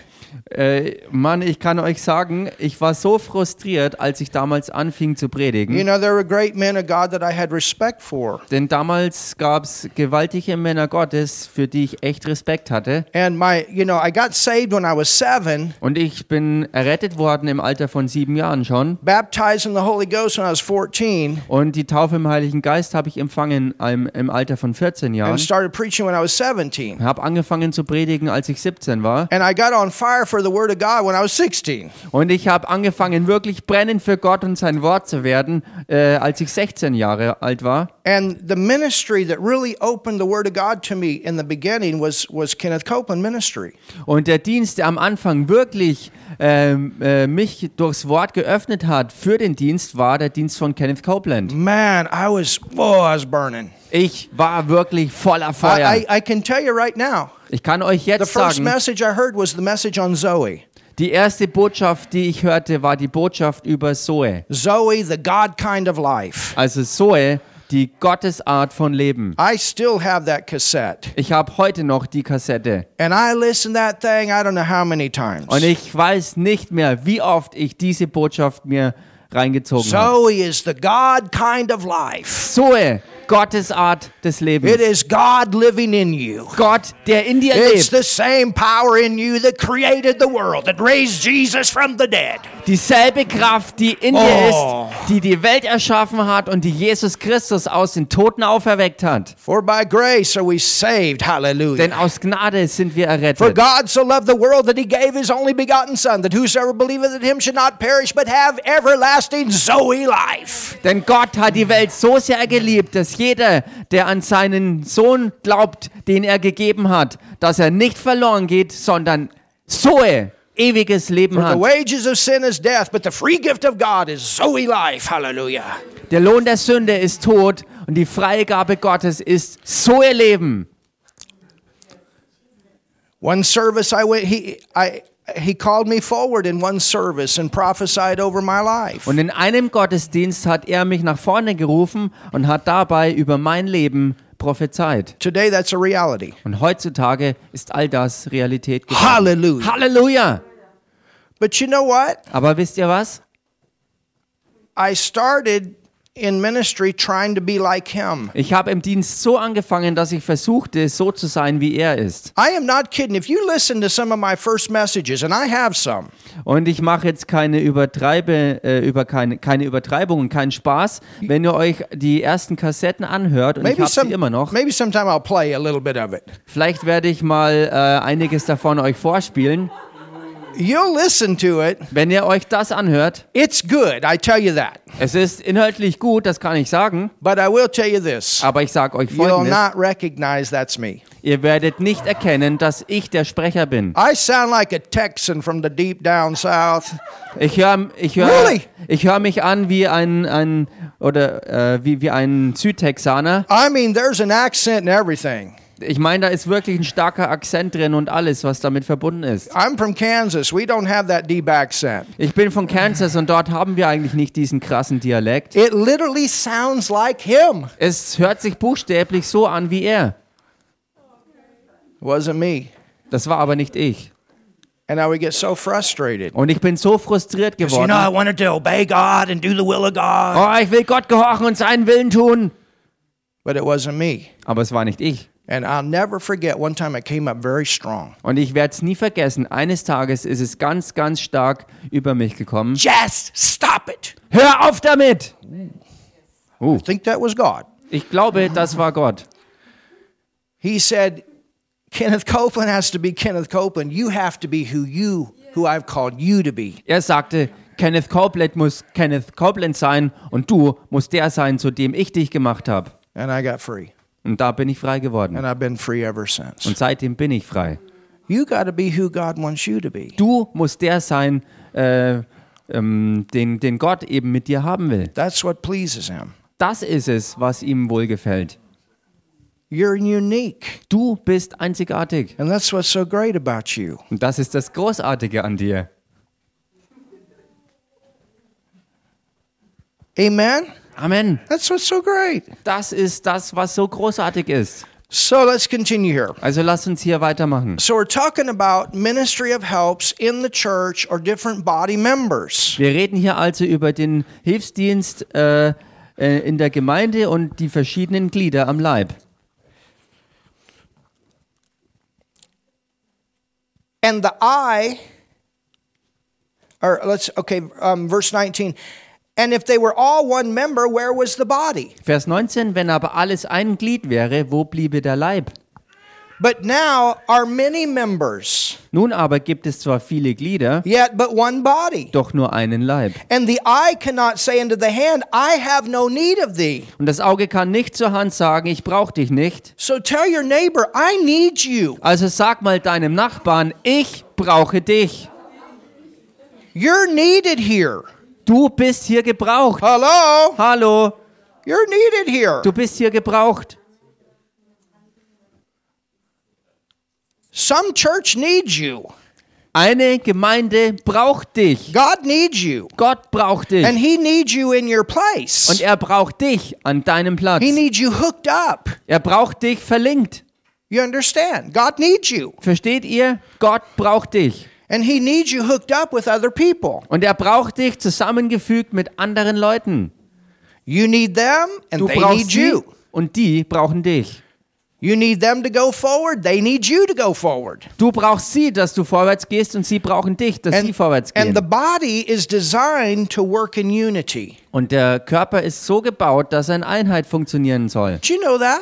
B: Äh, Mann, ich kann euch sagen, ich war so frustriert, als ich damals anfing zu
A: You
B: predigen.
A: know, there were great men of God that I had respect for.
B: Denn damals gab es gewaltige Männer Gottes, für die ich echt Respekt hatte.
A: And my, you know, I got saved when I was seven,
B: Und ich bin errettet worden im Alter von sieben Jahren schon.
A: baptized in the Holy Ghost when I was 14,
B: Und die Taufe im Heiligen Geist habe ich empfangen im, im Alter von 14
A: and
B: Jahren.
A: started preaching when I was 17.
B: Habe angefangen zu predigen, als ich 17 war.
A: And I got on fire for the Word of God when I was 16.
B: Und ich habe angefangen, wirklich brennend für Gott und sein Wort zu werden, äh, als ich 16 Jahre alt war.
A: And the ministry that really opened the Word of God to me in the beginning was, was Kenneth Copeland ministry.
B: Und der Dienst, der am Anfang wirklich ähm, äh, mich durchs Wort geöffnet hat für den Dienst, war der Dienst von Kenneth Copeland.
A: Man, I was, whoa, I was burning.
B: Ich war wirklich voller
A: I,
B: Feuer.
A: I, I can tell you right now,
B: Ich kann euch
A: the
B: jetzt
A: first
B: sagen,
A: message I heard was the message on Zoe.
B: die erste Botschaft, die ich hörte, war die Botschaft über Zoe.
A: Zoe, the God kind of life.
B: Also Zoe, die Gottesart von Leben.
A: I still have that cassette.
B: Ich habe heute noch die Kassette.
A: And I listened to that thing, I don't know how many times.
B: Und ich weiß nicht mehr, wie oft ich diese Botschaft mir reingezogen habe.
A: Zoe is the God kind of life.
B: Zoe, Gottesart des Lebens.
A: It is God living in you.
B: Gott, der in dir
A: It's the
B: lebt.
A: same power in you that created the world, that raised Jesus from the dead.
B: Dieselbe Kraft, die in
A: Oh.
B: dir ist, die die Welt erschaffen hat und die Jesus Christus aus den Toten auferweckt hat.
A: For by grace are we saved. Hallelujah.
B: Denn aus Gnade sind wir
A: For
B: errettet.
A: God so loved the world that he gave his only begotten Son, that whosoever believeth in him should not perish, but have everlasting Zoe life.
B: Denn Gott hat die Welt so sehr geliebt, dass jeder, der an seinen Sohn glaubt, den er gegeben hat, dass er nicht verloren geht, sondern Zoe, ewiges Leben
A: The
B: hat.
A: wages of sin is death, but the free gift of God is Zoe life. Hallelujah.
B: Der Lohn der Sünde ist Tod und die Freigabe Gottes ist Zoe Leben.
A: One service I went, he, I, he called me forward in one service and prophesied over my life.
B: Und in einem Gottesdienst hat er mich nach vorne gerufen und hat dabei über mein Leben prophezeit.
A: Today, that's a reality.
B: Und heutzutage ist all das Realität geworden.
A: Hallelujah.
B: Halleluja!
A: But you know what?
B: Aber wisst ihr was?
A: I started in ministry trying to be like him.
B: Ich habe im Dienst so angefangen, dass ich versuchte, so zu sein, wie er ist.
A: I am not kidding. If you listen to some of my first messages, and I have
B: Hm,
A: some,
B: Und ich mache jetzt keine, Übertreibe, äh, über keine, keine Übertreibung und keinen Spaß, wenn ihr euch die ersten Kassetten anhört. Und ich
A: maybe
B: habe sie
A: some,
B: immer noch.
A: maybe sometime I'll play a little bit of it.
B: Vielleicht werde ich mal äh, einiges davon euch vorspielen.
A: You'll listen to it.
B: Wenn ihr euch das anhört,
A: It's good. I tell you that.
B: es ist inhaltlich gut, das kann ich sagen,
A: But I will tell you this.
B: aber ich sage euch
A: You'll
B: folgendes,
A: not recognize that's me.
B: ihr werdet nicht erkennen, dass ich der Sprecher bin.
A: I sound like a Texan from the deep down south.
B: Ich höre ich hör,
A: Really?
B: ich hör mich an wie ein, ein oder äh, wie, wie ein Südtexaner.
A: I mean, there's an accent and everything.
B: Ich meine, da ist wirklich ein starker Akzent drin und alles, was damit verbunden ist.
A: I'm from Kansas. We don't have that deep accent.
B: Ich bin von Kansas und dort haben wir eigentlich nicht diesen krassen Dialekt.
A: It literally sounds like him.
B: Es hört sich buchstäblich so an wie er.
A: Wasn't me.
B: Das war aber nicht ich.
A: And I would get so frustrated.
B: Und ich bin so frustriert geworden.
A: wanted to obey God and do the will of God.
B: Oh, ich will Gott gehorchen und seinen Willen tun.
A: But it wasn't me.
B: Aber es war nicht ich.
A: And I'll never forget one time it came up very strong.
B: Und ich werde es nie vergessen. Eines Tages ist es ganz, ganz stark über mich gekommen.
A: Just stop it.
B: Hör auf damit!
A: I think that was God.
B: Ich glaube, das war Gott.
A: He said, Kenneth Copeland has to be Kenneth Copeland. You have to be who you, who I've called you to be.
B: Er sagte, Kenneth Copeland muss Kenneth Copeland sein und du musst der sein, zu dem ich dich gemacht habe.
A: And I got free.
B: Und da bin ich frei geworden.
A: And I've been free ever since.
B: Und seitdem bin ich frei.
A: You got to be who God wants you to be.
B: Du musst der sein, äh, ähm, den, den Gott eben mit dir haben will.
A: That's what pleases Him.
B: Das ist es, was ihm wohlgefällt.
A: You're unique.
B: Du bist einzigartig.
A: And that's what's so great about you.
B: Und das ist das Großartige an dir.
A: Amen?
B: Amen.
A: That's what's so great.
B: Das ist das, was so großartig ist.
A: So let's continue here.
B: Also lasst uns hier weitermachen.
A: So we're talking about ministry of helps in the church or different body members.
B: Wir reden hier also über den Hilfsdienst äh, äh, in der Gemeinde und die verschiedenen Glieder am Leib.
A: And the eye, or let's, okay, um, verse 19. And if they were all one member, where was the body?
B: Vers 19, wenn aber alles ein Glied wäre, wo bliebe der Leib?
A: But now are many members,
B: Nun aber gibt es zwar viele Glieder,
A: yet but one body.
B: doch nur einen Leib.
A: And the eye cannot say unto the hand, I have no need of thee.
B: Und das Auge kann nicht zur Hand sagen, ich brauche dich nicht.
A: So tell your neighbor, I need you.
B: Also sag mal deinem Nachbarn, ich brauche dich.
A: You're needed here.
B: Du bist hier gebraucht.
A: Hello?
B: Hallo,
A: You're needed here.
B: du bist hier gebraucht.
A: Some church needs you.
B: Eine Gemeinde braucht dich.
A: God needs you.
B: Gott braucht dich.
A: And he needs you in your
B: Und
A: place.
B: er braucht dich an deinem Platz.
A: He needs you hooked up.
B: Er braucht dich verlinkt.
A: You understand? God needs you.
B: Versteht ihr? Gott braucht dich.
A: And he needs you hooked up with other people.
B: Und er braucht dich zusammengefügt mit anderen Leuten.
A: You need them and
B: Du
A: they
B: brauchst
A: need
B: sie
A: you.
B: und die brauchen dich.
A: You need them to go forward, they need you to go forward.
B: Du brauchst sie, dass du vorwärts gehst und sie brauchen dich, dass sie vorwärts
A: and
B: gehen.
A: the body is designed to work in unity.
B: Und der Körper ist so gebaut, dass er in Einheit funktionieren soll.
A: Do you know that?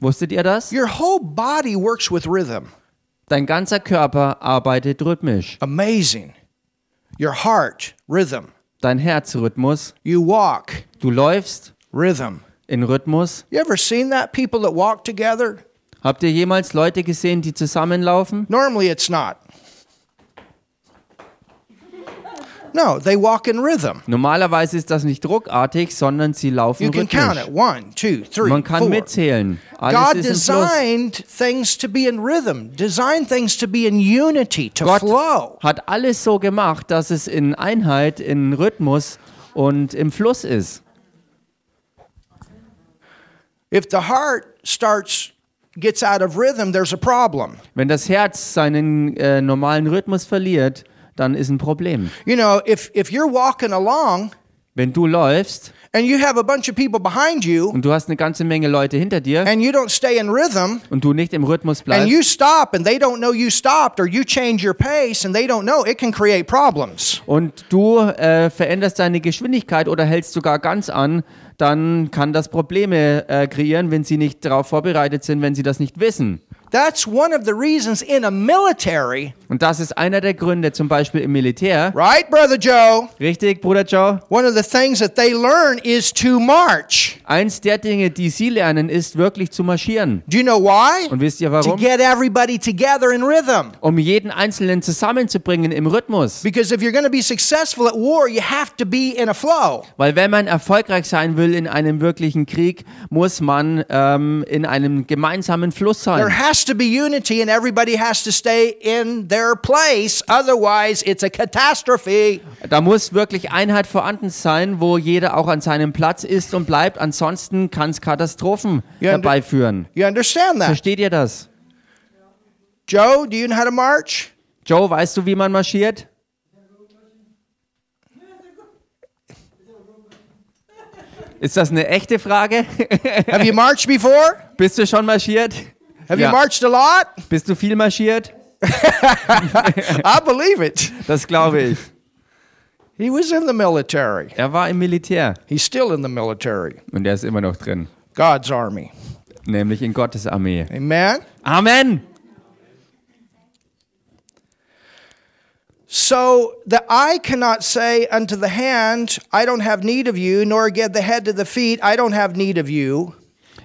B: Wusstet ihr das?
A: Your whole body works with rhythm.
B: Dein ganzer Körper arbeitet rhythmisch.
A: Amazing. Your heart, rhythm.
B: Dein Herzrhythmus.
A: You walk,
B: Du läufst
A: rhythm.
B: in Rhythmus.
A: You ever seen that? People that walk together?
B: Habt ihr jemals Leute gesehen, die zusammenlaufen?
A: Normally it's not. No, they walk in rhythm.
B: Normalerweise ist das nicht druckartig, sondern sie laufen
A: You can count
B: rhythmisch.
A: it. One, two, three,
B: Man kann
A: four.
B: mitzählen.
A: God
B: Alles ist im Fluss.
A: designed things to be in rhythm, designed things to be in unity, to flow.
B: Gott hat alles so gemacht, dass es in Einheit, in Rhythmus und im Fluss ist.
A: If the heart starts gets out of rhythm, there's a problem.
B: Wenn das Herz seinen äh, normalen Rhythmus verliert, dann ist ein Problem.
A: You know, if if you're walking along
B: Wenn du läufst
A: and you have a bunch of people behind you
B: und du hast eine ganze Menge Leute hinter dir
A: and you don't stay in rhythm
B: und du nicht im Rhythmus
A: and
B: bleibst
A: you stop and they don't know you stopped or you change your pace and they don't know, it can create problems.
B: und du äh, veränderst deine Geschwindigkeit oder hältst sogar ganz an, dann kann das Probleme äh, kreieren, wenn sie nicht darauf vorbereitet sind, wenn sie das nicht wissen.
A: That's one of the reasons in a military,
B: Und das ist einer der Gründe, zum Beispiel im Militär.
A: right, Brother Joe?
B: Richtig, Bruder Joe?
A: One of the things that they learn is to march.
B: Eins der Dinge, die sie lernen, ist wirklich zu marschieren.
A: Do you know why?
B: Und wisst ihr
A: To
B: warum?
A: get everybody together in rhythm.
B: Um jeden Einzelnen zusammenzubringen im Rhythmus.
A: Because if you're going to be successful at war, you have to be in a flow.
B: Weil wenn man erfolgreich sein will in einem wirklichen Krieg, muss man ähm, in einem gemeinsamen Fluss
A: There
B: sein.
A: has to be unity and everybody has to stay in their place. Otherwise, it's a catastrophe.
B: Da muss wirklich Einheit vorhanden sein, wo jeder auch an seinem Platz ist und bleibt. Ansonsten kann es Katastrophen
A: Ja, und-
B: herbeiführen.
A: You understand that?
B: Versteht ihr das?
A: Joe, do you know how to march?
B: Joe, weißt du, wie man marschiert? Ist das eine echte Frage?
A: Have you marched before?
B: Bist du schon marschiert?
A: Have
B: Ja.
A: you marched a lot?
B: Bist du viel marschiert?
A: I believe it.
B: Das glaube ich.
A: He was in the military.
B: Er war im Militär
A: He's still in the military.
B: und er ist immer noch drin,
A: God's army.
B: nämlich in Gottes Armee.
A: Amen.
B: Amen.
A: So the eye cannot say unto the hand, I don't have need of you, nor get the head to the feet, I don't have need of you.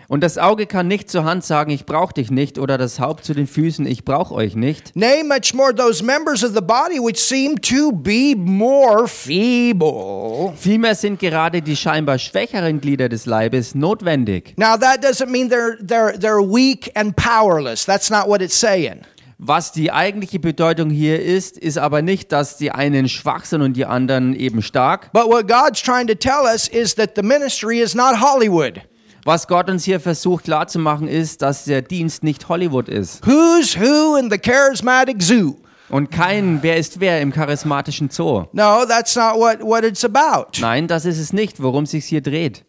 B: Und das Auge kann nicht zur Hand sagen, ich brauche dich nicht oder das Haupt zu den Füßen, ich brauche euch nicht.
A: Nay, much more those members of the body which seem to be more feeble.
B: Vielmehr sind gerade die scheinbar schwächeren Glieder des Leibes notwendig.
A: Now that doesn't mean they're they're they're weak and powerless. That's not what it's saying.
B: Was die eigentliche Bedeutung hier ist, ist aber nicht, dass die einen schwach sind und die anderen eben stark.
A: But what God's trying to tell us is that the ministry is not Hollywood.
B: Was Gott uns hier versucht klarzumachen, ist, dass der Dienst nicht Hollywood ist.
A: Who's who in the charismatic zoo?
B: Und kein Wer ist wer im charismatischen Zoo.
A: No, that's not what, what it's about.
B: Nein, das ist es nicht, worum es sich hier dreht.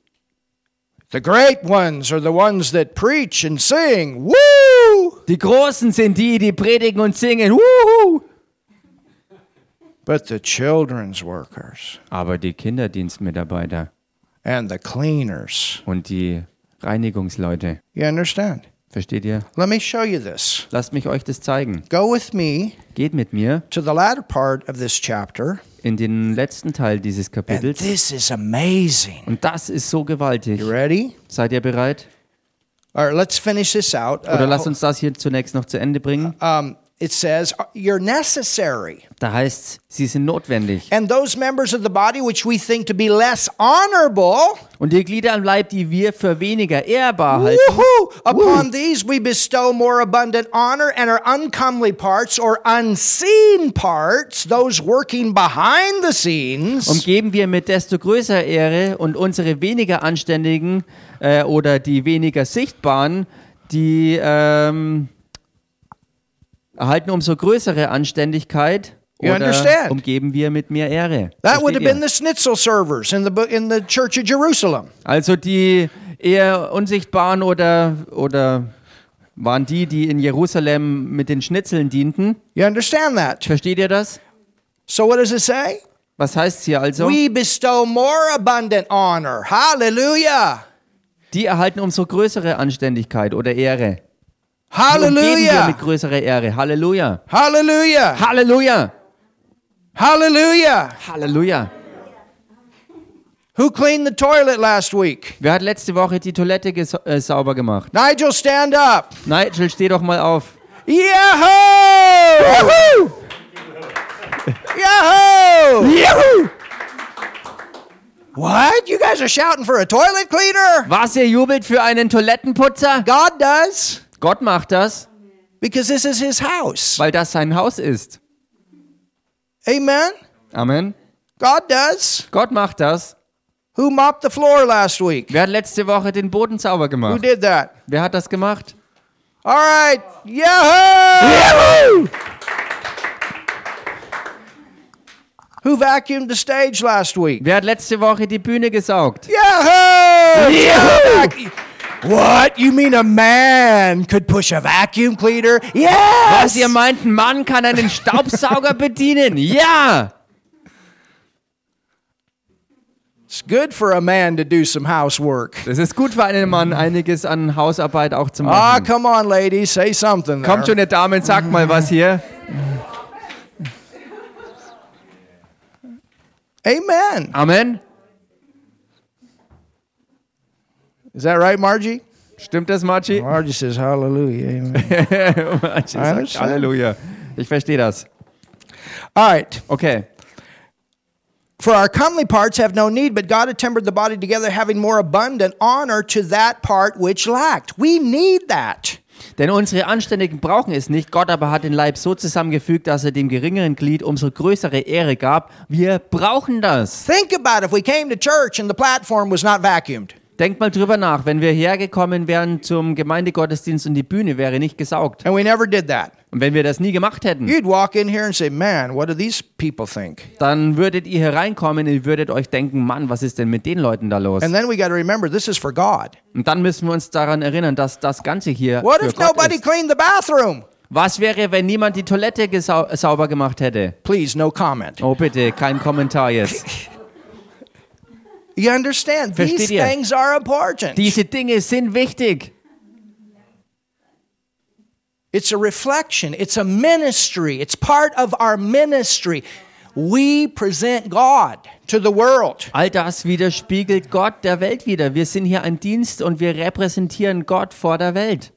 A: The great ones are the ones that preach and sing. Woo!
B: Die Großen sind die, die predigen und singen. Wuhu!
A: But the children's workers
B: Aber die Kinderdienstmitarbeiter
A: and the cleaners.
B: und die Reinigungsleute,
A: You understand?
B: versteht ihr?
A: Let me show you this.
B: Lasst mich euch das zeigen.
A: Go with me
B: Geht mit mir
A: to the latter part of this chapter.
B: in den letzten Teil dieses
A: And
B: Kapitels.
A: this is amazing.
B: Und das ist so gewaltig.
A: You ready?
B: Seid ihr bereit?
A: All right, let's finish this out.
B: Oder
A: Uh,
B: lasst uns das hier zunächst noch zu Ende bringen.
A: um, it says, You're necessary.
B: Da heißt sie sind notwendig.
A: And those members of the body which we think to be less honorable,
B: Und die Glieder am Leib, die wir für weniger ehrbar halten,
A: woohoo, upon these we bestow more abundant honor, and our uncomely parts or unseen parts, those working behind the scenes,
B: umgeben wir mit desto größerer Ehre und unsere weniger anständigen äh, oder die weniger sichtbaren, die ähm, erhalten umso größere Anständigkeit
A: You
B: oder
A: understand?
B: umgeben wir mit mehr Ehre.
A: that
B: Versteht
A: would have
B: ihr?
A: been the schnitzel servers in the, bo- in the church of Jerusalem.
B: Also die eher unsichtbaren oder, oder waren die, die in Jerusalem mit den Schnitzeln dienten.
A: You understand that?
B: Versteht ihr das?
A: So, what does it say?
B: Was heißt hier also?
A: We bestow more abundant honor. Hallelujah.
B: Die erhalten umso größere Anständigkeit oder Ehre. Die Umgeben wir mit
A: Hallelujah.
B: größerer Ehre. Halleluja.
A: Hallelujah.
B: Halleluja.
A: Hallelujah.
B: Halleluja.
A: Who cleaned the toilet last week?
B: Wer hat letzte Woche die Toilette ges- äh, sauber gemacht?
A: Nigel, stand up.
B: Nigel, steh doch mal auf.
A: Yahoo! Yahoo!
B: Juhu!
A: What? You guys are shouting for a toilet cleaner?
B: Was ihr jubelt für einen Toilettenputzer?
A: God does,
B: Gott macht das,
A: because this is his house.
B: weil das sein Haus ist.
A: Amen?
B: Amen.
A: God does.
B: Gott macht das.
A: Who mopped the floor last week?
B: Wer hat letzte Woche den Boden sauber
A: Who
B: gemacht?
A: did that?
B: Wer hat das gemacht?
A: All right. Yahoo! Who vacuumed the stage last week?
B: Wer hat letzte Woche die Bühne gesaugt?
A: Yahoo!
B: Yahoo!
A: What? You mean a man could push a vacuum cleaner?
B: Was
A: Yes!
B: ihr meint, ein Mann kann einen Staubsauger bedienen? Ja!
A: It's good for a man to do some housework.
B: Das ist gut für einen Mann, einiges an Hausarbeit auch zu
A: Ah,
B: machen.
A: come on, ladies, say something. There.
B: Kommt schon, ihr Damen, sagt mal was hier.
A: Amen.
B: Amen.
A: Is that right, Margie?
B: Stimmt das, Marci?
A: Margie says, Hallelujah. Amen.
B: Marci sagt
A: understand.
B: Halleluja. Ich verstehe das.
A: All right.
B: Okay.
A: For our comely parts have no need, but God had tempered the body together, having more abundant honor to that part which lacked. We need that.
B: Denn unsere Anständigen brauchen es nicht. Gott aber hat den Leib so zusammengefügt, dass er dem geringeren Glied umso größere Ehre gab. Wir brauchen das.
A: Think about if we came to church and the platform was not vacuumed.
B: Denkt mal drüber nach, wenn wir hergekommen wären zum Gemeindegottesdienst und die Bühne wäre nicht gesaugt.
A: And we never did that.
B: Und wenn wir das nie gemacht hätten,
A: You'd walk in here and say, Man, what do these people think?
B: dann würdet ihr hereinkommen, ihr würdet euch denken, Mann, was ist denn mit den Leuten da los?
A: And then we got to remember this is for God.
B: Und dann müssen wir uns daran erinnern, dass das Ganze hier
A: What
B: für
A: if
B: Gott
A: nobody
B: ist.
A: cleaned the bathroom?
B: Was wäre, wenn niemand die Toilette gesau äh, sauber gemacht hätte?
A: Please, no comment.
B: Oh bitte, kein Kommentar jetzt.
A: You understand? These
B: Versteht ihr?
A: things are important.
B: Diese Dinge sind wichtig.
A: It's a reflection, it's a ministry, it's part of our ministry. We present God to the world.
B: All das widerspiegelt Gott der Welt wieder. Wir sind hier ein Dienst und wir repräsentieren Gott vor der Welt.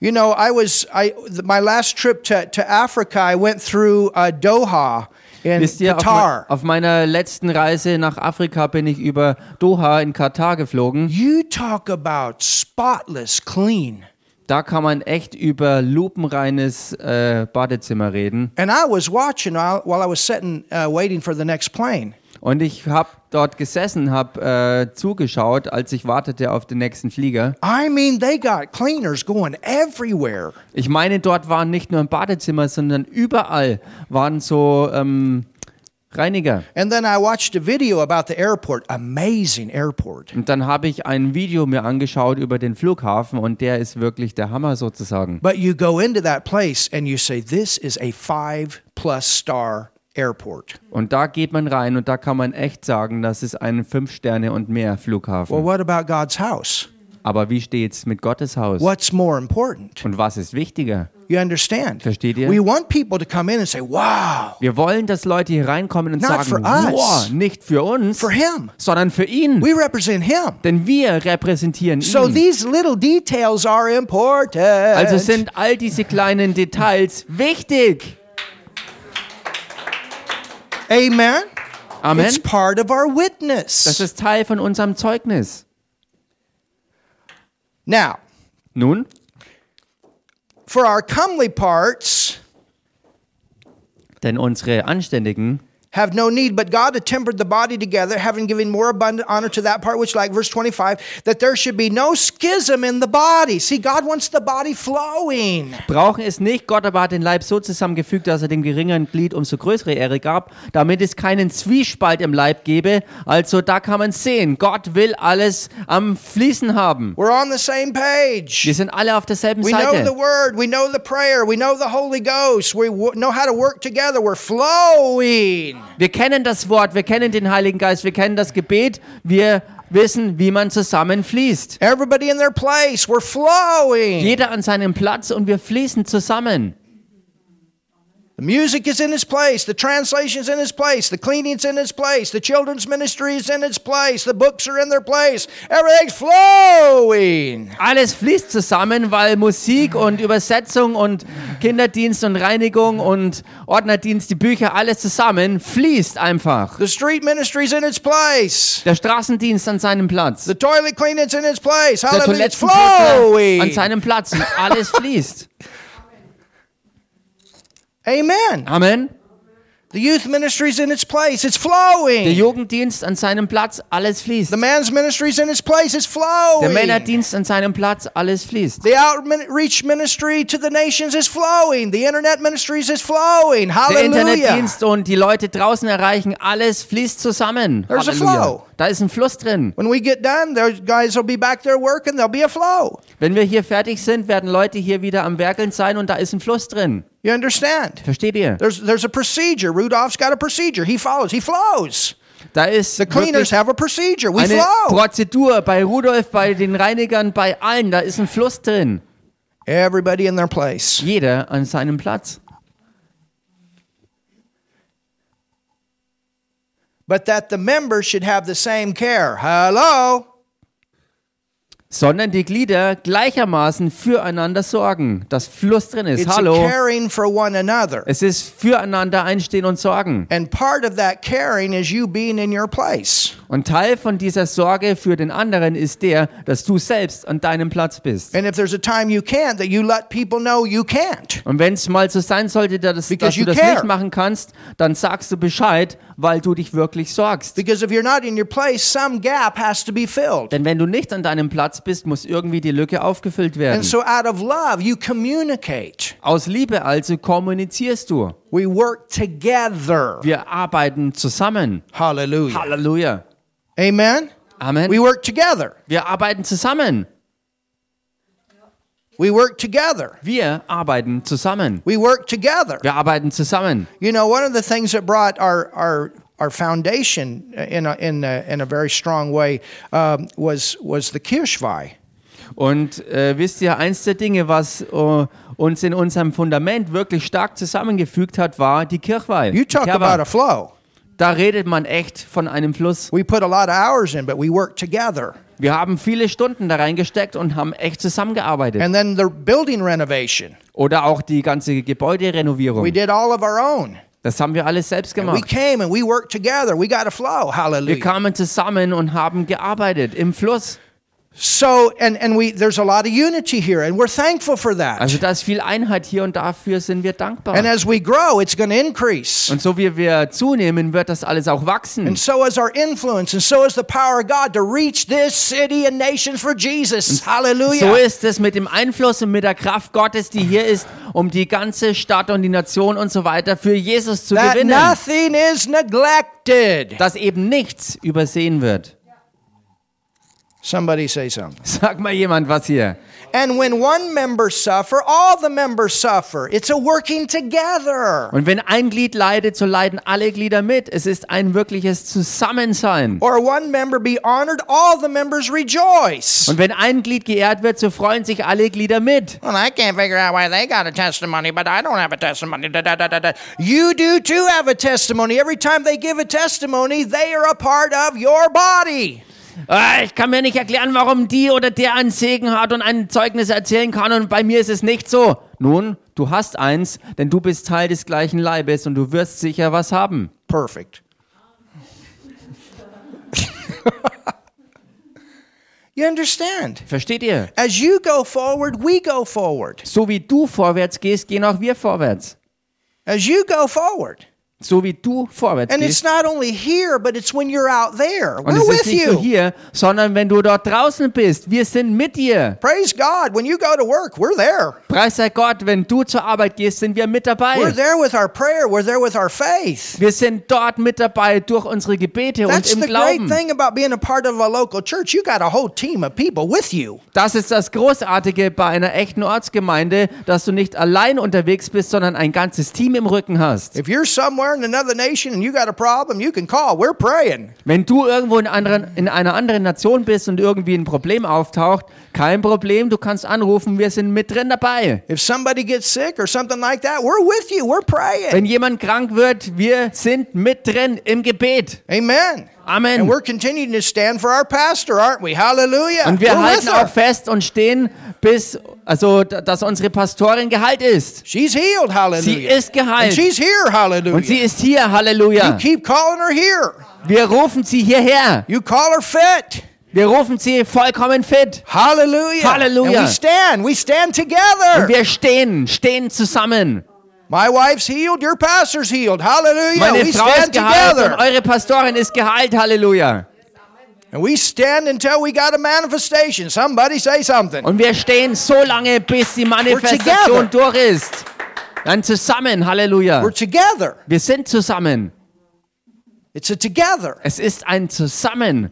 A: You know, I was I th- my last trip to, to Africa, I went through uh, Doha in
B: Wisst ihr, auf,
A: Qatar.
B: mei- auf meiner letzten Reise nach Afrika bin ich über Doha in Katar geflogen.
A: you talk about spotless clean.
B: Da kann man echt über lupenreines äh, Badezimmer reden.
A: And I was watching while, while I was sitting uh, waiting for the next plane.
B: Und ich habe dort gesessen, habe äh, zugeschaut, als ich wartete auf den nächsten Flieger.
A: I mean, they got cleaners going everywhere.
B: Ich meine, dort waren nicht nur im Badezimmer, sondern überall waren so ähm, Reiniger.
A: And then I watched a video about the airport. Amazing airport.
B: Und dann habe ich ein Video mir angeschaut über den Flughafen und der ist wirklich der Hammer sozusagen.
A: But you go into that place and you say, This is a five plus star airport.
B: Und da geht man rein und da kann man echt sagen, das ist ein Fünf Sterne und mehr Flughafen.
A: Well, what about God's house?
B: Aber wie steht's mit Gottes Haus?
A: What's more important?
B: Und was ist wichtiger?
A: You understand?
B: Versteht ihr?
A: We want people to come in and say, Wow,
B: Wir wollen, dass Leute hier reinkommen und
A: Not for us.
B: sagen, wow, nicht für uns,
A: for Him.
B: sondern für ihn.
A: We represent Him.
B: Denn wir repräsentieren
A: So
B: ihn.
A: these little details are important.
B: Also sind all diese kleinen Details wichtig.
A: Amen.
B: Amen.
A: It's part of our
B: Das
A: witness.
B: ist Teil von unserem Zeugnis.
A: Now,
B: Nun,
A: for our comely parts,
B: denn unsere Anständigen
A: have no need, but God had tempered the body together, having given more abundant honor to that part which, like verse 25, that there should be no schism in the body. See, God wants the body flowing.
B: brauchen es nicht. Gott aber hat den Leib so zusammengefügt, dass er dem geringeren Glied umso größere Ehre gab, damit es keinen Zwiespalt im Leib gebe. Also da kann man sehen, Gott will alles am Fließen haben.
A: We're on the same page.
B: Wir sind alle auf derselben
A: We know the
B: Seite.
A: word, we know the prayer, we know the Holy Ghost, we w- know how to work together, we're flowing.
B: Wir kennen das Wort, wir kennen den Heiligen Geist, wir kennen das Gebet, wir wissen, wie man zusammenfließt.
A: Everybody in their place, we're flowing.
B: Jeder an seinem Platz und wir fließen zusammen.
A: The music is in its place. The translation's in its place. The cleaning's in its place. The children's ministry is in its place. The books are in their place. Everything's flowing.
B: Alles fließt zusammen, weil Musik und Übersetzung und Kinderdienst und Reinigung und Ordnerdienst, die Bücher, alles zusammen fließt einfach.
A: The street ministry's in its place.
B: Der Straßendienst an seinem Platz,
A: The toilet cleaning's in its place.
B: der
A: Hallelujah. It's
B: Toilettenputzer an
A: flowing.
B: seinem Platz und alles fließt.
A: Amen.
B: Amen.
A: The youth ministry's in its place. It's
B: Der
A: flowing.
B: Jugenddienst an seinem Platz, alles fließt.
A: The man's ministry's in its place. It's
B: Der
A: flowing.
B: Männerdienst an seinem Platz, alles fließt.
A: The outreach ministry to the nations is flowing. The internet ministries is flowing.
B: Der
A: Hallelujah.
B: Internetdienst und die Leute draußen erreichen, alles fließt zusammen.
A: There's a
B: Halleluja.
A: flow.
B: Da ist ein Fluss drin.
A: When we get done, those guys will be back there working. There'll be a flow.
B: Wenn wir hier fertig sind, werden Leute hier wieder am Werkeln sein und da ist ein Fluss drin.
A: You understand?
B: Versteht ihr?
A: There's there's a procedure. Rudolph's got a procedure. He follows. He flows.
B: Da ist
A: The cleaners
B: wirklich
A: have a procedure. We
B: eine
A: flow.
B: Prozedur bei Rudolf, bei den Reinigern, bei allen. Da ist ein Fluss drin.
A: Everybody in their place.
B: Jeder an seinem Platz.
A: But that the members should have the same care. Hello.
B: Sondern die Glieder gleichermaßen füreinander sorgen. Das Fluss drin ist.
A: It's a
B: Hallo.
A: caring for one another.
B: Es ist füreinander einstehen und sorgen.
A: And part of that caring is you being in your place.
B: Und Teil von dieser Sorge für den anderen ist der, dass du selbst an deinem Platz bist.
A: And if there's a time you can't, that you let people know you can't.
B: Und wenn es mal so sein sollte, dass, dass
A: Because
B: du
A: you
B: das
A: care.
B: nicht machen kannst, dann sagst du Bescheid, weil du dich wirklich sorgst.
A: Because if you're not in your place, some gap has to be filled.
B: Denn wenn du nicht an deinem Platz bist, muss irgendwie die Lücke aufgefüllt
A: And
B: werden.
A: so out of love, you communicate.
B: Aus Liebe also kommunizierst du.
A: We work together.
B: Wir arbeiten zusammen.
A: Hallelujah.
B: Halleluja.
A: Amen. We
B: Amen.
A: work together.
B: Wir arbeiten zusammen.
A: We work together.
B: Wir arbeiten zusammen.
A: We work together.
B: Wir arbeiten zusammen.
A: You know, one of the things that brought our our our foundation in a, in a, in a very strong way um, was was the Kirchweih.
B: Und äh, wisst ihr, eins der Dinge, was äh, uns in unserem Fundament wirklich stark zusammengefügt hat, war die Kirchweih.
A: You
B: Die
A: talk
B: Kerwa.
A: about a flow.
B: Da redet man echt von einem Fluss.
A: We put a lot of hours in, but we work together.
B: Wir haben viele Stunden da reingesteckt und haben echt zusammengearbeitet.
A: And then the building renovation,
B: Oder auch die ganze
A: we
B: Gebäuderenovierung.
A: did all of our own.
B: Das haben wir alles selbst
A: We
B: gemacht.
A: came and we worked together. We got a flow.
B: Wir
A: Hallelujah.
B: kamen zusammen und haben gearbeitet im Fluss.
A: So, and, and we, there's a lot of unity here, and we're thankful for that.
B: Also da ist viel Einheit hier und dafür sind wir dankbar.
A: And as we grow, it's going to increase.
B: Und so wie wir zunehmen, wird das alles auch wachsen.
A: And so is our influence, and so is the power of God to reach this city and nation for Jesus. Hallelujah.
B: So ist es mit dem Einfluss und mit der Kraft Gottes, die hier ist, um die ganze Stadt und die Nation und so weiter für Jesus zu
A: that
B: gewinnen.
A: nothing is neglected.
B: Dass eben nichts übersehen wird.
A: Somebody say something.
B: Sag mal jemand was hier.
A: And when one member suffer, all the members suffer. It's a working together.
B: Und wenn ein Glied leidet, so leiden alle Glieder mit. Es ist ein wirkliches Zusammensein.
A: Or one member be honored, all the members rejoice.
B: Und wenn ein Glied geehrt wird, so freuen sich alle Glieder mit.
A: Well, I can't figure out why they got a testimony, but I don't have a testimony. Da, da, da, da, da. You do too have a testimony. Every time they give a testimony, they are a part of your body.
B: Ah, Ich kann mir nicht erklären, warum die oder der einen Segen hat und ein Zeugnis erzählen kann und bei mir ist es nicht so. Nun, du hast eins, denn du bist Teil des gleichen Leibes und du wirst sicher was haben.
A: Perfect. you understand?
B: Versteht ihr?
A: As you go forward, we go forward.
B: So wie du vorwärts gehst, gehen auch wir vorwärts.
A: As you go forward.
B: So wie du vorwärts
A: And it's
B: gehst.
A: not only here, but it's when you're out there.
B: Und
A: We're
B: es
A: with
B: ist nicht nur
A: you.
B: hier, sondern wenn du dort draußen bist. Wir sind mit dir.
A: Praise God. When you go to work, we're there.
B: Preis sei Gott, wenn du zur Arbeit gehst, sind wir mit
A: We're
B: dabei.
A: there with our prayer. We're there with our faith.
B: Wir sind dort mit dabei durch unsere Gebete und
A: That's
B: im
A: the great
B: Glauben.
A: thing about being a part of a local church. You got a whole team of people with you.
B: Das ist das Großartige bei einer echten Ortsgemeinde, dass du nicht allein unterwegs bist, sondern ein ganzes Team im Rücken hast.
A: If you're somewhere in another nation and you got a problem, you can call. We're praying.
B: Wenn du irgendwo in, anderen, in einer anderen Nation bist und irgendwie ein Problem auftaucht, kein Problem, du kannst anrufen, wir sind mit drin dabei.
A: If somebody gets sick or something like that, we're with you. We're praying.
B: Wenn jemand krank wird, wir sind mit drin im Gebet.
A: Amen.
B: Amen.
A: And we're continuing to stand for our pastor, aren't we? Hallelujah.
B: Und wir
A: We're with
B: halten auch
A: her.
B: fest und stehen, bis, also, d- dass unsere Pastorin geheilt ist.
A: She's healed. Hallelujah.
B: Sie ist geheilt.
A: And she's here. Hallelujah.
B: Und sie ist hier,
A: you
B: Halleluja.
A: keep calling her here.
B: Wir rufen sie hierher.
A: You call her fit.
B: Wir rufen sie vollkommen fit.
A: Hallelujah.
B: Hallelujah.
A: And we stand. We stand together.
B: Und wir stehen, stehen zusammen.
A: My wife's healed. Your pastor's healed. Hallelujah.
B: Meine
A: we
B: Frau ist
A: stand
B: geheilt und
A: together.
B: eure Pastorin ist geheilt, Halleluja.
A: And we stand until we got a manifestation. Somebody say something.
B: Und wir stehen so lange, bis die
A: together.
B: Manifestation durch ist. Dann zusammen, Halleluja.
A: We're together.
B: Wir sind zusammen.
A: It's a together.
B: Es ist ein Zusammen.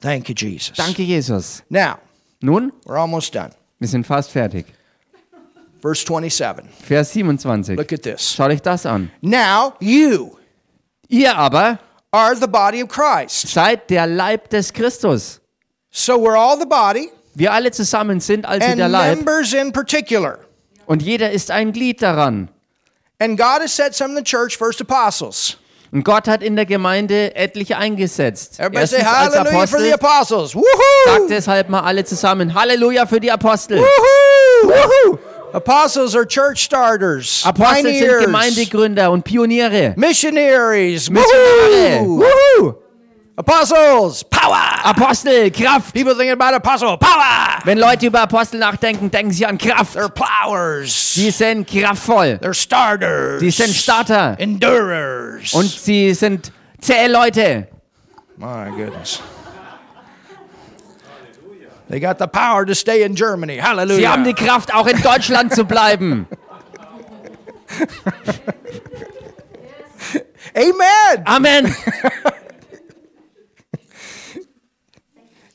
A: Thank you, Jesus.
B: Danke, Jesus.
A: Now,
B: Nun,
A: we're almost done.
B: wir sind fast fertig.
A: Verse 27.
B: Vers 27.
A: Look at this.
B: Schau dich das an.
A: Now you
B: Ihr aber
A: are the body of Christ.
B: seid der Leib des Christus.
A: So we're all the body
B: Wir alle zusammen sind also
A: and
B: der Leib
A: members in particular.
B: und jeder ist ein Glied daran.
A: And God has set some in the church first apostles.
B: Und Gott hat in der Gemeinde etliche eingesetzt.
A: Everybody say
B: Erstens als
A: hallelujah for the
B: Apostel,
A: apostles.
B: sagt
A: Woohoo!
B: deshalb mal alle zusammen. Halleluja für die Apostel.
A: Woohoo! Woohoo! Apostles are church starters,
B: Apostel sind
A: pioneers,
B: Gemeindegründer und Pioniere.
A: missionaries,
B: Missionare.
A: Woohoo!
B: Wuhu!
A: apostles,
B: Ah.
A: power.
B: Apostel, Kraft.
A: People thinking about apostle power.
B: Wenn Leute über Apostel nachdenken, denken sie an Kraft.
A: They're plowers.
B: Die sind kraftvoll.
A: They're starters.
B: Die sind Starter.
A: Endurers.
B: Und sie sind zähe Leute.
A: My goodness. They got the power to stay in Germany. Hallelujah.
B: Sie haben die Kraft, auch in Deutschland zu bleiben. Ah.
A: Amen.
B: Amen.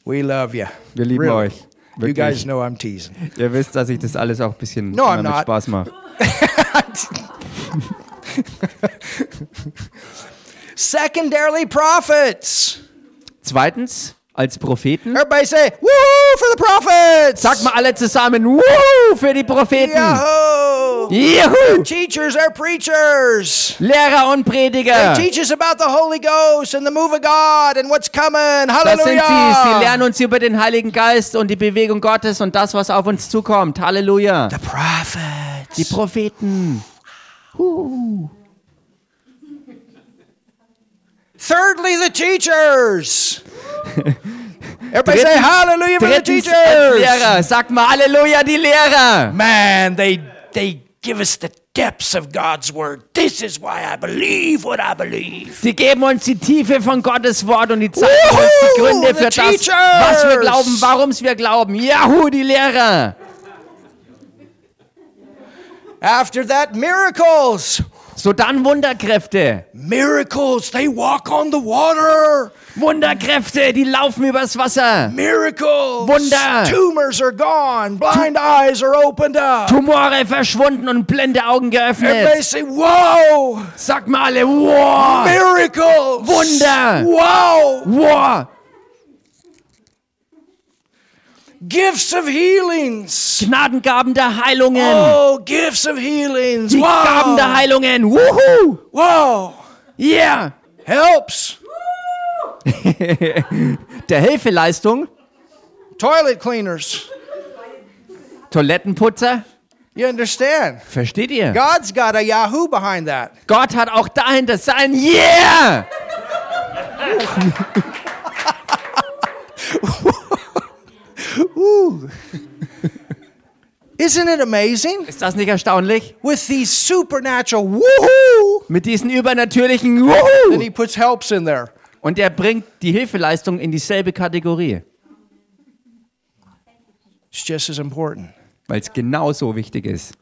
A: We love you.
B: Wir lieben
A: Really.
B: euch.
A: You
B: Wirklich.
A: guys know I'm teasing.
B: Ihr wisst, dass ich das alles auch ein bisschen
A: No, I'm
B: immer
A: not.
B: mit Spaß mache.
A: Secondarily, prophets.
B: Zweitens, als Propheten.
A: Everybody say, woohoo for the prophets.
B: Sagt mal alle zusammen, Wuhu für die Propheten. Mm.
A: Yahoo.
B: Juhu!
A: Teachers are preachers.
B: Lehrer und Prediger.
A: They teach us about the Holy Ghost and the move of God and what's coming.
B: Das sind sie. Sie
A: Hallelujah.
B: lernen uns über den Heiligen Geist und die Bewegung Gottes und das, was auf uns zukommt. Halleluja.
A: The prophets.
B: Die Propheten.
A: Thirdly, the teachers. Everybody say
B: Drittens-
A: hallelujah for the
B: Drittens
A: teachers.
B: als Lehrer. Sagt mal Halleluja, die Lehrer.
A: Man, they they give us the depths of God's word. This is why I believe what I believe.
B: Sie geben uns die Tiefe von Gottes Wort und die zeigen uns die
A: Woohoo,
B: Gründe
A: the
B: für das,
A: teachers.
B: was wir glauben, warum wir glauben. Yahoo, die Lehrer.
A: After that, miracles.
B: So dann Wunderkräfte.
A: Miracles, they walk on the water.
B: Wunderkräfte, die laufen übers Wasser.
A: Miracles.
B: Wunder.
A: Tumors are gone. Blind eyes are opened up.
B: Tumore verschwunden und blinde Augen
A: Everybody
B: geöffnet.
A: say, whoa.
B: Sag mal alle, wow,
A: Miracles.
B: Wunder.
A: Wow.
B: wow.
A: Gifts of healings.
B: Gnadengaben der Heilungen.
A: Oh, gifts of healings.
B: Die Gaben der
A: Wow.
B: Heilungen. Wuhu.
A: Wow.
B: Yeah.
A: Helps.
B: Der Hilfeleistung.
A: Toilet cleaners.
B: Toilettenputzer.
A: You understand?
B: Versteht ihr?
A: God's got a Yahoo behind that.
B: Gott hat auch dahinter sein Yeah!
A: Isn't it amazing?
B: Ist das nicht erstaunlich?
A: With these supernatural woohoo,
B: Mit diesen übernatürlichen
A: and
B: Wuhu!
A: he puts helps in there.
B: Und er bringt die Hilfeleistung in dieselbe Kategorie,
A: It's just as important.
B: weil es genauso genau wichtig ist.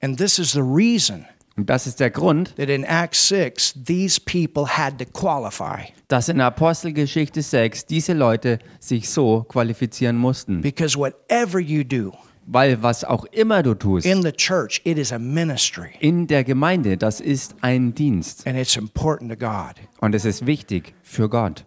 A: And this is the reason
B: Und das ist der Grund,
A: that in Acts 6, these people had to qualify
B: dass in Apostelgeschichte 6 diese Leute sich so qualifizieren mussten.
A: because whatever you do
B: Weil was auch immer du tust,
A: in the church, it is a ministry
B: in der Gemeinde, das ist ein Dienst.
A: and it's important to God.
B: Und es ist wichtig für Gott.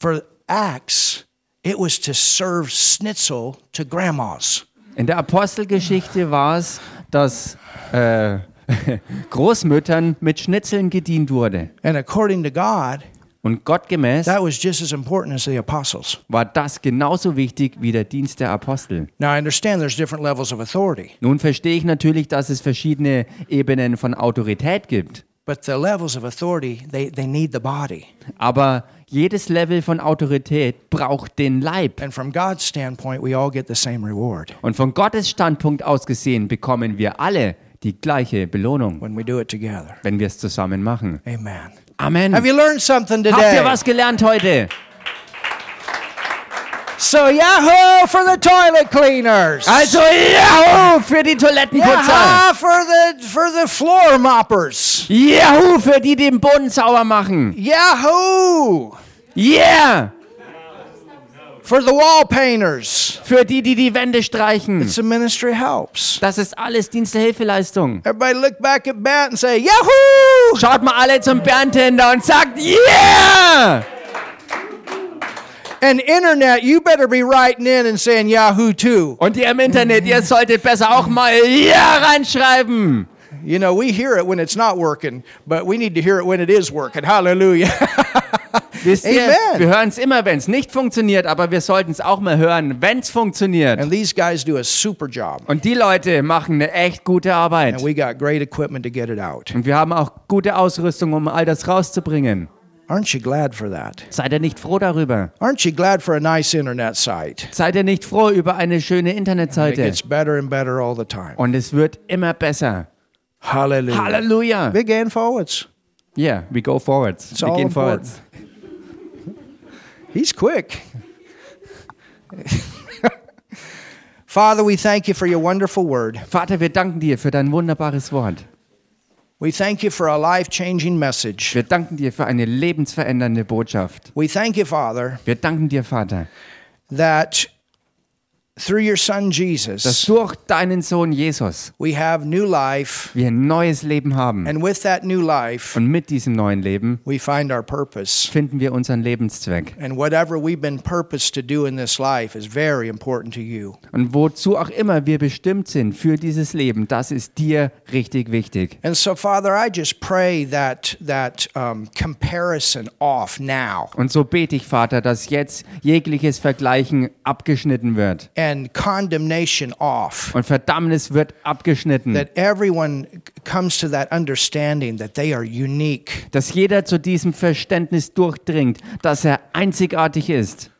A: For Acts, it was to serve schnitzel to grandmas.
B: In der Apostelgeschichte war es, dass äh, Großmüttern mit Schnitzeln gedient wurde.
A: And according to God,
B: Und Gott gemäß
A: that was just as important as the apostles.
B: war das genauso wichtig wie der Dienst der Apostel.
A: Now, I understand there's different levels of authority,
B: Nun verstehe ich natürlich, dass es verschiedene Ebenen von Autorität gibt.
A: but the levels of authority, they, they need the body.
B: Aber jedes Level von Autorität braucht den Leib.
A: And from God's standpoint, we all get the same reward
B: Und von Gottes Standpunkt aus gesehen bekommen wir alle die gleiche Belohnung,
A: when we do it together.
B: wenn wir es zusammen machen.
A: Amen.
B: Amen.
A: Have
B: Habt
A: you learned something
B: ihr
A: today?
B: was gelernt heute?
A: So, Yahoo for the toilet cleaners.
B: Also, Yahoo für die Toilettenputzer.
A: Yahoo for the, for the floor moppers.
B: Yahoo für die, die den Boden sauber machen.
A: Yahoo
B: Yeah!
A: for the wall painters.
B: Für die, die die Wände streichen.
A: It's a ministry helps.
B: Das ist alles Dienstehilfeleistung.
A: Everybody look back at Matt and say, Yahoo!
B: Schaut mal alle zum Bernd hinter und sagt Yeah!
A: And internet, you better be writing in and saying Yahoo too.
B: Und ihr im Internet, ihr solltet besser auch mal Yeah reinschreiben.
A: You know, we hear it when it's not working, but we need to hear it when it is working. Hallelujah.
B: Wisst ihr,
A: Amen.
B: wir hören es immer, wenn es nicht funktioniert, aber wir sollten es auch mal hören, wenn es funktioniert.
A: and these guys do a super job.
B: Und die Leute machen eine echt gute Arbeit.
A: And we got great equipment to get it out.
B: Und wir haben auch gute Ausrüstung, um all das rauszubringen.
A: Aren't you glad for that?
B: Seid ihr nicht froh darüber?
A: Aren't you glad for a nice internet site?
B: Seid ihr nicht froh über eine schöne
A: It
B: Internetseite?
A: gets better and better all the time.
B: Und es wird immer besser.
A: Hallelujah.
B: Halleluja!
A: Big and forwards.
B: Yeah, we go forwards.
A: all
B: wir gehen
A: important.
B: vorwärts.
A: He's quick. Father, we thank you for your wonderful word.
B: Vater, wir danken dir für dein wunderbares Wort.
A: We thank you for a life changing message.
B: Wir danken dir für eine lebensverändernde Botschaft.
A: We thank you, Father,
B: Wir danken dir, Vater,
A: that through your Son
B: dass
A: Jesus,
B: durch deinen Sohn Jesus
A: we have new life.
B: wir ein neues Leben haben.
A: And with that new life,
B: Und mit diesem neuen Leben
A: we find our purpose.
B: finden wir unseren Lebenszweck.
A: And whatever we've been purposed to do in this life is very important to you.
B: Und wozu auch immer wir bestimmt sind für dieses Leben, das ist dir richtig wichtig.
A: And so, Father, I just pray that that um, comparison off now
B: Und so bete ich, Vater, dass jetzt jegliches Vergleichen abgeschnitten wird.
A: and condemnation off.
B: Und Verdammnis wird abgeschnitten.
A: That everyone comes to that understanding that they are unique
B: Dass jeder zu diesem Verständnis durchdringt, dass er einzigartig ist.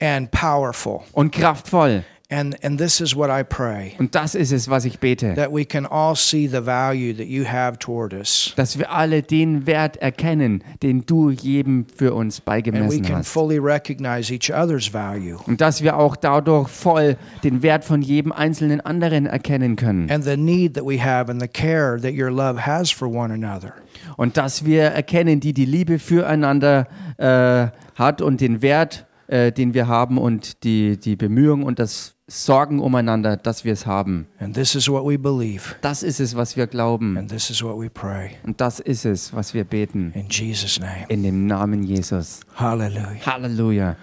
A: and powerful.
B: und kraftvoll.
A: And, and this is what I pray
B: Und das ist es, was ich bete.
A: that we can all see the value that you have toward us.
B: Dass wir alle den Wert erkennen, den du jedem für uns
A: And we
B: beigemessen
A: can
B: hast.
A: fully recognize each other's value
B: Und dass wir auch dadurch voll den Wert von jedem einzelnen anderen erkennen können.
A: and the need that we have and the care that your love has for one another.
B: Und dass wir erkennen, die die Liebe füreinander äh, hat und den Wert, äh, den wir haben und die, die Bemühungen und das Sorgen umeinander, dass wir es haben.
A: And this is what we believe.
B: Das ist es, was wir glauben.
A: And this is what we pray.
B: Und das ist es, was wir beten.
A: In Jesus' name.
B: In dem Namen Jesus.
A: Hallelujah.
B: Halleluja.